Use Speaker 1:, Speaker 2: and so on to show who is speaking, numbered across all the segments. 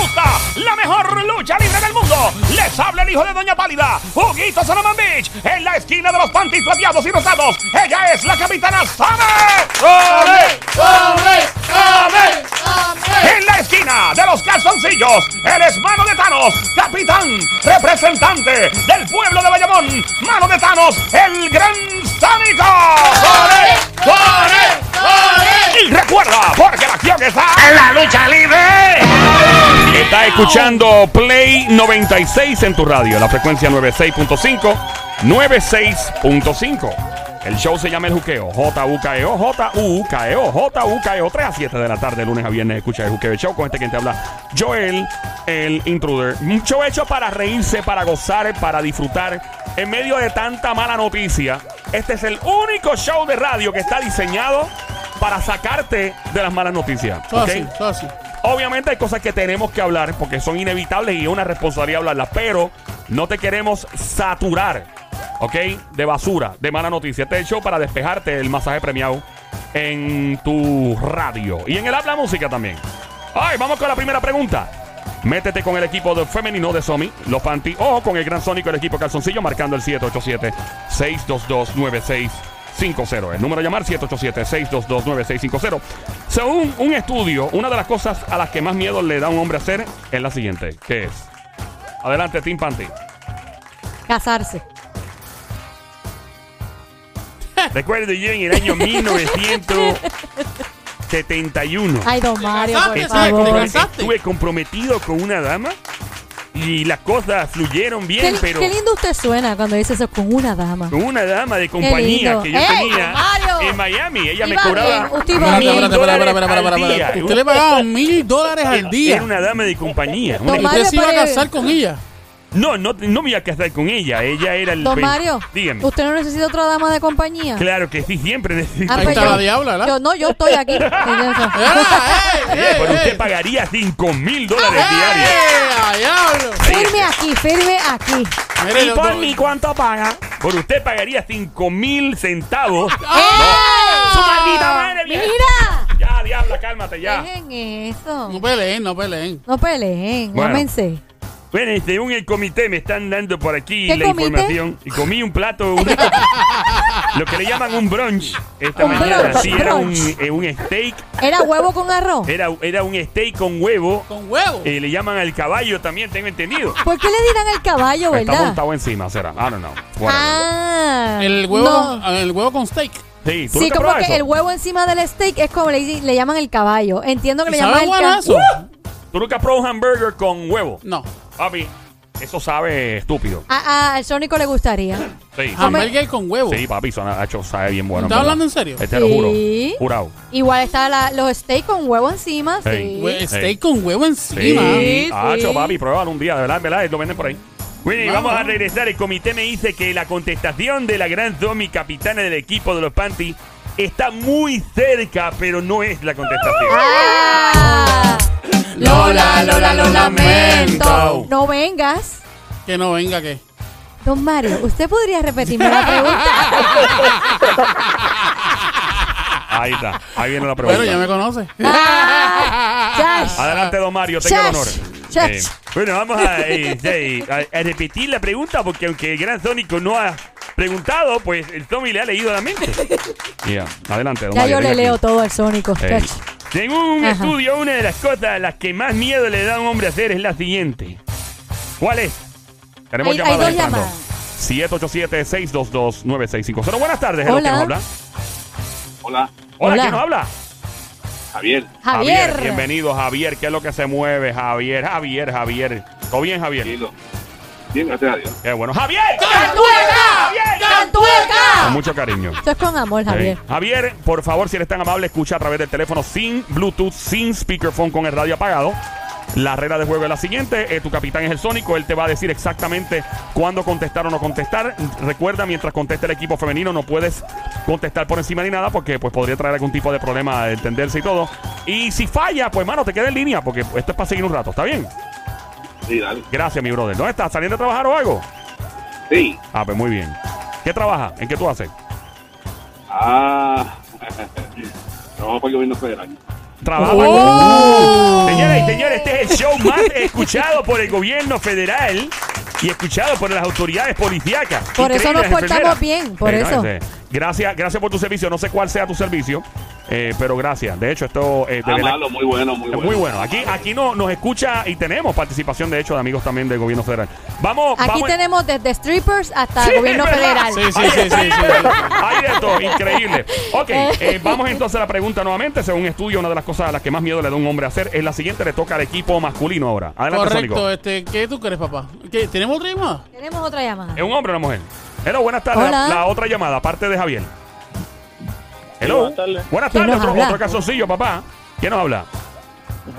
Speaker 1: la mejor lucha libre del mundo. Les habla el hijo de Doña Pálida, Huguito Salaman Beach, en la esquina de los panties plateados y rosados. Ella es la capitana Summer. En la esquina de los calzoncillos, el es Mano de Thanos, capitán, representante del pueblo de Bayamón, Mano de Thanos, el gran sánico. Y recuerda, porque la acción está en la lucha libre.
Speaker 2: Está escuchando Play 96 en tu radio, la frecuencia 96.5, 96.5. El show se llama El Juqueo. J-U-K-E-O, J-U-K-E-O, J-U-K-E-O. 3 E a 7 de la tarde, lunes a viernes, escucha El Juqueo el Show. Con este quien te habla, Joel, el intruder. Un show hecho para reírse, para gozar, para disfrutar. En medio de tanta mala noticia, este es el único show de radio que está diseñado para sacarte de las malas noticias.
Speaker 3: Eso
Speaker 2: ¿ok?
Speaker 3: así, eso así.
Speaker 2: Obviamente hay cosas que tenemos que hablar porque son inevitables y es una responsabilidad hablarlas, pero no te queremos saturar, ¿ok? De basura, de mala noticia. Este es el show para despejarte el masaje premiado en tu radio y en el habla música también. Ay, vamos con la primera pregunta. Métete con el equipo de femenino de Somi, los Panty, o con el gran Sónico, el equipo Calzoncillo, marcando el 787-622-96. 50. El número a llamar 787-622-9650. Según un estudio, una de las cosas a las que más miedo le da un hombre hacer es la siguiente, que es... Adelante, Team Panty.
Speaker 4: Casarse.
Speaker 2: Recuerdo yo en el año 1971.
Speaker 4: Ay, don Mario,
Speaker 3: casaste,
Speaker 4: por
Speaker 3: sí, te
Speaker 4: favor.
Speaker 3: casaste.
Speaker 2: Estuve comprometido con una dama y las cosas fluyeron
Speaker 4: Qué,
Speaker 2: bien,
Speaker 4: li-
Speaker 2: pero...
Speaker 4: qué lindo usted suena cuando dice eso con una dama.
Speaker 2: con una dama de compañía
Speaker 4: lindo.
Speaker 2: que yo
Speaker 4: ¡Ey,
Speaker 2: tenía
Speaker 4: Mario!
Speaker 2: en Miami. Ella me
Speaker 4: Iba
Speaker 2: cobraba
Speaker 4: bien, usted iba
Speaker 2: mil
Speaker 4: bien.
Speaker 3: Espérate, espérate,
Speaker 2: dólares
Speaker 3: espérate, espérate,
Speaker 2: al
Speaker 3: espérate,
Speaker 2: día.
Speaker 3: espérate. Usted le pagaba mil dólares al
Speaker 2: Era
Speaker 3: día.
Speaker 2: una dama de compañía. una-
Speaker 4: Don
Speaker 3: Y usted se iba a
Speaker 4: Mario, pero-
Speaker 3: casar con ella.
Speaker 2: No, no, no me iba a casar con ella. Ella era el.
Speaker 4: Don
Speaker 2: pe-
Speaker 4: Mario,
Speaker 2: Dígame.
Speaker 4: ¿usted no necesita otra dama de compañía?
Speaker 2: Claro que sí, siempre necesito.
Speaker 4: Ah,
Speaker 3: Ahí
Speaker 4: pues
Speaker 3: está
Speaker 4: yo-
Speaker 3: la diabla, ¿verdad?
Speaker 4: yo- no, yo estoy aquí. Sí, yo sé.
Speaker 3: ¡Ah, ey,
Speaker 2: Eh,
Speaker 3: ey,
Speaker 2: pero usted
Speaker 3: ey!
Speaker 2: pagaría 5 mil dólares diarios.
Speaker 3: ¡Eh, a diablo!
Speaker 4: Ah, firme aquí, firme aquí.
Speaker 3: Mire,
Speaker 2: ¿Y
Speaker 3: los
Speaker 2: por
Speaker 3: dos-
Speaker 2: mí cuánto paga? Por usted pagaría 5 mil centavos.
Speaker 3: ¡Ah!
Speaker 4: ¡Eh!
Speaker 2: ¡Su maldita madre! vieja!
Speaker 4: ¡Mira!
Speaker 2: Ya, diabla, cálmate, ya.
Speaker 4: Dejen eso.
Speaker 3: No peleen, no peleen.
Speaker 4: No peleen,
Speaker 2: Bueno.
Speaker 4: ámense.
Speaker 2: Bueno, y según el comité me están dando por aquí
Speaker 4: ¿Qué
Speaker 2: la
Speaker 4: comité?
Speaker 2: información. Y comí un plato, un- lo que le llaman un brunch esta
Speaker 4: Un
Speaker 2: mañana.
Speaker 4: brunch,
Speaker 2: sí, era un,
Speaker 4: brunch.
Speaker 2: eh, un steak,
Speaker 4: ¿Era huevo con arroz?
Speaker 2: era, era un steak con huevo.
Speaker 3: Con huevo.
Speaker 2: Eh, le llaman al caballo también, tengo entendido.
Speaker 4: ¿Por qué le dirán el caballo,
Speaker 2: Está
Speaker 4: verdad?
Speaker 2: montado encima, será. I don't know. Whatever.
Speaker 4: Ah,
Speaker 3: El huevo,
Speaker 4: no.
Speaker 3: el huevo con steak.
Speaker 2: Sí, ¿tú
Speaker 4: Sí,
Speaker 2: nunca
Speaker 4: como
Speaker 2: probas
Speaker 4: que
Speaker 2: eso?
Speaker 4: el huevo encima del steak es como le, dicen- le llaman el caballo. Entiendo que
Speaker 3: ¿Y
Speaker 4: le llaman
Speaker 3: ¿Sabe
Speaker 4: el Uh,
Speaker 3: bueno eso?
Speaker 4: caballo.
Speaker 2: ¿Tú nunca has probado un hamburger con huevo?
Speaker 3: No.
Speaker 2: Papi, eso sabe estúpido.
Speaker 4: Ah, ah, al Sónico le gustaría.
Speaker 2: Sí.
Speaker 3: Hamburger con huevo.
Speaker 2: Sí, papi, son hecho sabe bien bueno.
Speaker 3: ¿Estás
Speaker 2: en verdad.
Speaker 3: hablando en serio?
Speaker 2: Eh, Te lo juro.
Speaker 4: Sí.
Speaker 2: Jurado.
Speaker 4: Igual está la- los steak con huevo encima, sí.
Speaker 2: Ey.
Speaker 3: Hue-
Speaker 2: Ey.
Speaker 3: Steak con huevo
Speaker 2: Sí,
Speaker 3: encima.
Speaker 4: Sí,
Speaker 2: Hacho,
Speaker 4: sí.
Speaker 2: papi, pruébalo un día, de verdad, de verdad, lo venden por ahí. Bueno, y vamos a regresar. El comité me dice que la contestación de la gran Domi, capitana del equipo de los Panty, está muy cerca, pero no es la contestación.
Speaker 4: Ah.
Speaker 3: Lola, Lola, lo lamento.
Speaker 4: No vengas.
Speaker 3: Que no venga, que.
Speaker 4: Don Mario, ¿usted podría repetirme la pregunta?
Speaker 2: Ahí está, ahí viene la pregunta.
Speaker 3: Bueno, ya me conoce.
Speaker 4: Ah, Josh.
Speaker 2: Adelante, don Mario, tenga el honor.
Speaker 4: Chash, chash.
Speaker 2: Eh, bueno, vamos a, eh, eh, a- a repetir la pregunta porque aunque el gran Sónico no ha preguntado, pues el Tommy le ha leído la mente. Ya, Adelante, don
Speaker 4: ya
Speaker 2: Mario.
Speaker 4: yo le
Speaker 2: tenga
Speaker 4: leo
Speaker 2: aquí.
Speaker 4: todo al Sónico.
Speaker 2: Eh,
Speaker 4: chash.
Speaker 2: Según un
Speaker 4: Ajá.
Speaker 2: estudio, una de las cosas a las que más miedo le da a un hombre hacer es la siguiente. ¿Cuál es? Tenemos
Speaker 4: Hay-
Speaker 2: llamadas
Speaker 4: hay dos
Speaker 2: entrando.
Speaker 4: llamadas.
Speaker 2: 787-622-9650. Buenas tardes, hello,
Speaker 4: Hola.
Speaker 2: ¿quién nos habla? Hola,
Speaker 5: Hola,
Speaker 4: Hola.
Speaker 2: ¿quién nos habla?
Speaker 5: Javier.
Speaker 4: Javier.
Speaker 2: Bienvenido, Javier. ¿Qué es lo que se mueve, Javier? Javier, Javier. ¿Todo bien, Javier?
Speaker 5: Tranquilo. Bien, gracias a Dios.
Speaker 2: Qué bueno. ¡Javier!
Speaker 4: ¡Cantueca!
Speaker 2: Con
Speaker 4: ¡Cantueca!
Speaker 2: mucho cariño.
Speaker 4: Esto es con amor, Javier.
Speaker 2: Eh, Javier, por favor, si eres tan amable, escucha a través del teléfono sin Bluetooth, sin speakerphone, con el radio apagado. La regla de juego es la siguiente: eh, tu capitán es el Sónico, él te va a decir exactamente cuándo contestar o no contestar. Recuerda, mientras conteste el equipo femenino, no puedes contestar por encima ni nada, porque pues podría traer algún tipo de problema de entenderse y todo. Y si falla, pues mano, te queda en línea, porque esto es para seguir un rato, ¿está bien?
Speaker 5: Sí, dale.
Speaker 2: Gracias, mi brother. ¿Dónde estás? ¿Saliendo a trabajar o algo?
Speaker 5: Sí.
Speaker 2: Ah, pues muy bien. ¿Qué trabaja? ¿En qué tú haces?
Speaker 5: Ah. Trabajo para el gobierno federal.
Speaker 4: ¡Oh!
Speaker 2: Trabaja para- Señoras y señores, este es el show más escuchado por el gobierno federal y escuchado por las autoridades policíacas.
Speaker 4: Por eso nos
Speaker 2: Increíble, las
Speaker 4: portamos
Speaker 2: enfermeras.
Speaker 4: bien, por
Speaker 2: no,
Speaker 4: eso.
Speaker 2: ese- gracias, gracias por tu servicio. No sé cuál sea tu servicio, eh, pero gracias. De hecho, esto eh, de
Speaker 5: Ah,
Speaker 2: verdad-
Speaker 5: malo, muy bueno, muy
Speaker 2: es
Speaker 5: bueno.
Speaker 2: muy bueno. Aquí, aquí no, nos escucha y tenemos participación, de hecho, de amigos también del gobierno federal. Vamos,
Speaker 4: Aquí
Speaker 2: vamos-
Speaker 4: tenemos desde strippers hasta
Speaker 2: Sí,
Speaker 4: Ah, gobierno
Speaker 2: es verdad.
Speaker 4: federal.
Speaker 3: Sí, sí, sí, sí, sí.
Speaker 2: Hay de todo, increíble. Ok, eh, vamos entonces a la pregunta nuevamente. Según un estudio, una de las cosas a las que más miedo le da un hombre a hacer es la siguiente. Le toca al equipo masculino ahora. Adelante,
Speaker 3: Correcto,
Speaker 2: Sónico.
Speaker 3: este, ¿qué tú crees, papá? ¿Qué, ¿Tenemos otra llamada?
Speaker 4: Tenemos otra llamada.
Speaker 2: ¿Es un hombre o una mujer? Hello, buenas tardes.
Speaker 4: Hola.
Speaker 2: La otra llamada, aparte de Javier. Hello.
Speaker 6: buenas tardes.
Speaker 2: Buenas
Speaker 4: ¿Quién
Speaker 2: tardes,
Speaker 4: nos
Speaker 2: otro,
Speaker 4: habla?
Speaker 2: otro calzoncillo, papá. ¿Quién nos habla?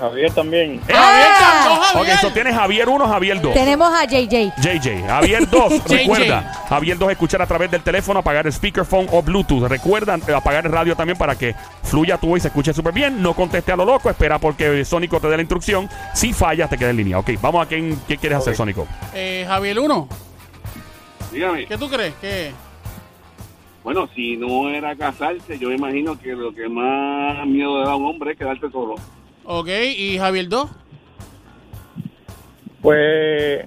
Speaker 6: Javier también.
Speaker 2: ¡Eh,
Speaker 4: Ah.
Speaker 2: Javier!
Speaker 3: ¡No,
Speaker 2: Ok,
Speaker 3: Javier!
Speaker 2: eso tiene Javier 1, Javier 2.
Speaker 4: Tenemos a JJ.
Speaker 2: JJ, Javier 2,
Speaker 3: JJ.
Speaker 2: recuerda, Javier 2 escuchar a través del teléfono, apagar el speakerphone o Bluetooth. Recuerda eh, apagar el radio también para que fluya tu voz y se escuche súper bien. No conteste a lo loco, espera porque Sónico te dé la instrucción. Si fallas, te queda en línea. Ok, vamos a quién, qué quieres hacer, Sónico.
Speaker 3: Eh, Javier 1,
Speaker 5: Dígame.
Speaker 3: ¿qué tú crees? ¿Qué?
Speaker 5: Bueno, si no era casarse, yo imagino que lo que más miedo le da a un hombre es quedarse solo.
Speaker 3: Ok, ¿y Javier 2?
Speaker 6: Pues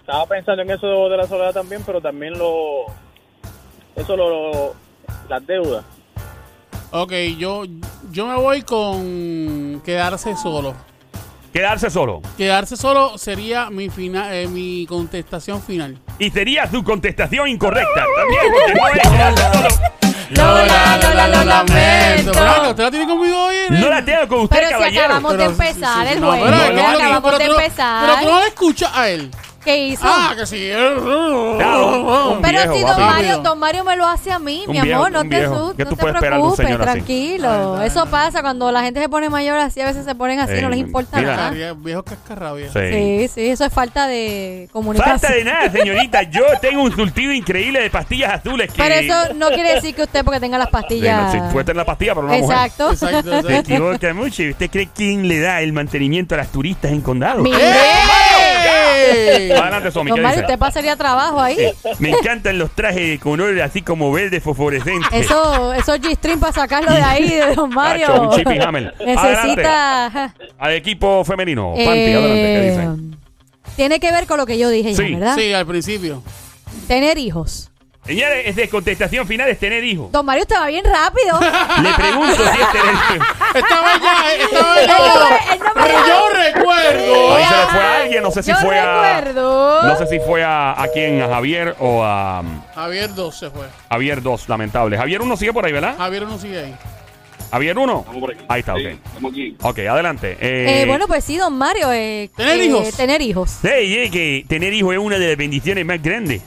Speaker 6: estaba pensando en eso de la soledad también, pero también lo. Eso lo. lo- las deudas.
Speaker 3: Ok, yo, yo me voy con quedarse solo.
Speaker 2: Quedarse solo.
Speaker 3: Quedarse solo sería mi, fina- eh, mi contestación final.
Speaker 2: Y sería tu contestación incorrecta. También, porque no es quedarse solo.
Speaker 4: Lola, Lola, lo lamento.
Speaker 3: Claro, ¿usted la tiene conmigo hoy?
Speaker 2: No la tengo con usted,
Speaker 4: Pero si
Speaker 2: caballero.
Speaker 4: acabamos- de
Speaker 3: Pero-
Speaker 4: empezar el
Speaker 3: No,
Speaker 4: juego,
Speaker 3: pero-
Speaker 2: ya
Speaker 3: pero-
Speaker 4: acabamos
Speaker 3: pero
Speaker 4: de
Speaker 3: tú no-
Speaker 4: empezar.
Speaker 3: Pero tú no le escuchas a él.
Speaker 4: ¿Qué hizo?
Speaker 3: Ah, que sí.
Speaker 2: Claro.
Speaker 4: Pero
Speaker 2: viejo,
Speaker 4: si don
Speaker 2: papi.
Speaker 4: Mario, don Mario me lo hace a mí,
Speaker 2: Un
Speaker 4: mi
Speaker 2: viejo,
Speaker 4: amor, no
Speaker 2: un
Speaker 4: te,
Speaker 2: viejo.
Speaker 4: asustes,
Speaker 2: ¿Qué
Speaker 4: no
Speaker 2: tú
Speaker 4: te
Speaker 2: puedes esperar de un
Speaker 4: preocupes,
Speaker 2: señor así?
Speaker 4: tranquilo. Eso pasa cuando la gente se pone mayor así, a veces se ponen así,
Speaker 2: Ey,
Speaker 4: no les importa
Speaker 2: Eh, mira.
Speaker 4: nada.
Speaker 3: Carrabia- Viejo cascarrabia.
Speaker 2: Sí.
Speaker 4: Sí, sí, eso es falta de comunicación.
Speaker 2: Falta de nada, señorita. Yo tengo un surtido increíble de pastillas azules que...
Speaker 4: Pero eso no quiere decir que usted porque tenga las
Speaker 2: Sí, no,
Speaker 4: pastillas.
Speaker 2: sí, puede tener la pastilla, pero no la mujer.
Speaker 4: Exacto.
Speaker 3: Exacto,
Speaker 2: Se
Speaker 3: exacto.
Speaker 2: equivoca mucho. ¿Y usted cree quién le da el mantenimiento a las turistas en condado?
Speaker 4: Mire.
Speaker 3: ¡Ey!
Speaker 2: Adelante, Somi, ¡Eh! ¿qué
Speaker 4: Don Mario,
Speaker 2: dice?
Speaker 4: usted pasaría trabajo ahí.
Speaker 2: Me encantan los trajes de color así como verde fosforescente.
Speaker 4: Eso, eso G-String para sacarlo de ahí, de Don Mario.
Speaker 2: Tacho, un chip y Hammer.
Speaker 4: Necesita.
Speaker 2: Al equipo femenino. Panty,
Speaker 4: eh,
Speaker 2: adelante, ¿qué dice?
Speaker 4: Tiene que ver con lo que yo dije, ya,
Speaker 2: Sí,
Speaker 4: ¿verdad?
Speaker 3: Sí, al principio.
Speaker 4: Tener hijos.
Speaker 2: Señores, es de contestación final es tener hijos.
Speaker 4: Don Mario, usted va bien rápido.
Speaker 2: Le pregunto si es tener hijos.
Speaker 3: Estaba ya, estaba
Speaker 4: Él no me-
Speaker 3: ya.
Speaker 4: él no me-
Speaker 3: Pero yo recuerdo.
Speaker 2: Ahí se le fue a alguien, no sé si
Speaker 4: Yo
Speaker 2: fue
Speaker 4: recuerdo.
Speaker 2: a. No sé si fue a, a quién, a Javier o a um,
Speaker 3: Javier 2 se fue.
Speaker 2: Javier 2, lamentable. Javier 1 sigue por ahí, ¿verdad?
Speaker 4: Ah.
Speaker 3: Javier no sigue ahí.
Speaker 2: Javier 1.
Speaker 5: Estamos por aquí.
Speaker 2: Ahí está,
Speaker 5: Sí,
Speaker 2: Ah, ok.
Speaker 5: Estamos aquí.
Speaker 2: Ok, adelante. Eh,
Speaker 4: Eh, bueno, pues sí, Don Mario. eh,
Speaker 3: Tener
Speaker 4: eh,
Speaker 3: hijos.
Speaker 4: Tener hijos.
Speaker 2: Sí, eh, que tener hijos es una de las bendiciones más grandes.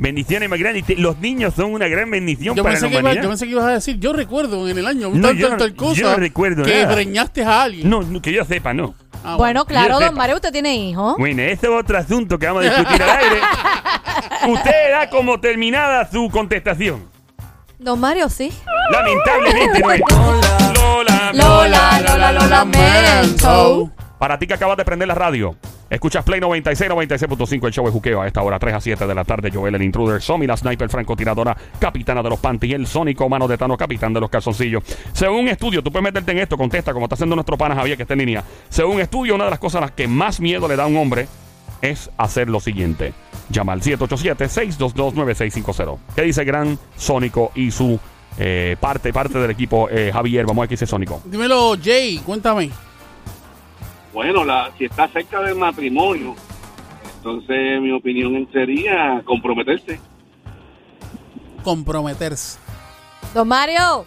Speaker 2: Bendiciones más grandes. Te- Los niños son una gran bendición
Speaker 3: Yo
Speaker 2: para la
Speaker 3: pensé, que iba-
Speaker 2: humanidad.
Speaker 3: yo pensé que ibas a decir, yo recuerdo en el año,
Speaker 2: No,
Speaker 3: tal,
Speaker 2: yo no-
Speaker 3: tal, tal
Speaker 2: yo
Speaker 3: cosa,
Speaker 2: no recuerdo
Speaker 3: que
Speaker 2: nada.
Speaker 3: preñaste a alguien.
Speaker 2: No, no, que yo sepa, no.
Speaker 3: Ah,
Speaker 4: Bueno, claro,
Speaker 2: Yo
Speaker 4: Don
Speaker 2: sepa.
Speaker 4: Mario, usted tiene hijos.
Speaker 3: ¿Oh?
Speaker 2: Bueno, ese es otro asunto que vamos a discutir al aire. Usted da como terminada su contestación.
Speaker 4: Don Mario, sí.
Speaker 2: Lamentablemente no es. Lola.
Speaker 4: Lola, Lola, lo lamento.
Speaker 2: Para ti que acabas de prender la radio, escuchas Play 96, 96.5, el show de Juqueo a esta hora, 3 a 7 de la tarde. Joel, el intruder, Somi, la sniper francotiradora, capitana de los panties, el sónico, mano de Tano, capitán de los calzoncillos. Según un estudio, tú puedes meterte en esto, contesta, como está haciendo nuestro pana Javier, que está en línea. Según un estudio, una de las cosas a las que más miedo le da a un hombre es hacer lo siguiente. Llama al 787-622-9650. ¿Qué dice el gran Sónico y su eh, parte, parte del equipo eh, Javier? Vamos a ver qué dice Sónico.
Speaker 3: Dímelo, Jay, cuéntame.
Speaker 5: Bueno, la, si está cerca del matrimonio, entonces mi opinión sería comprometerse.
Speaker 3: Comprometerse.
Speaker 4: Don Mario.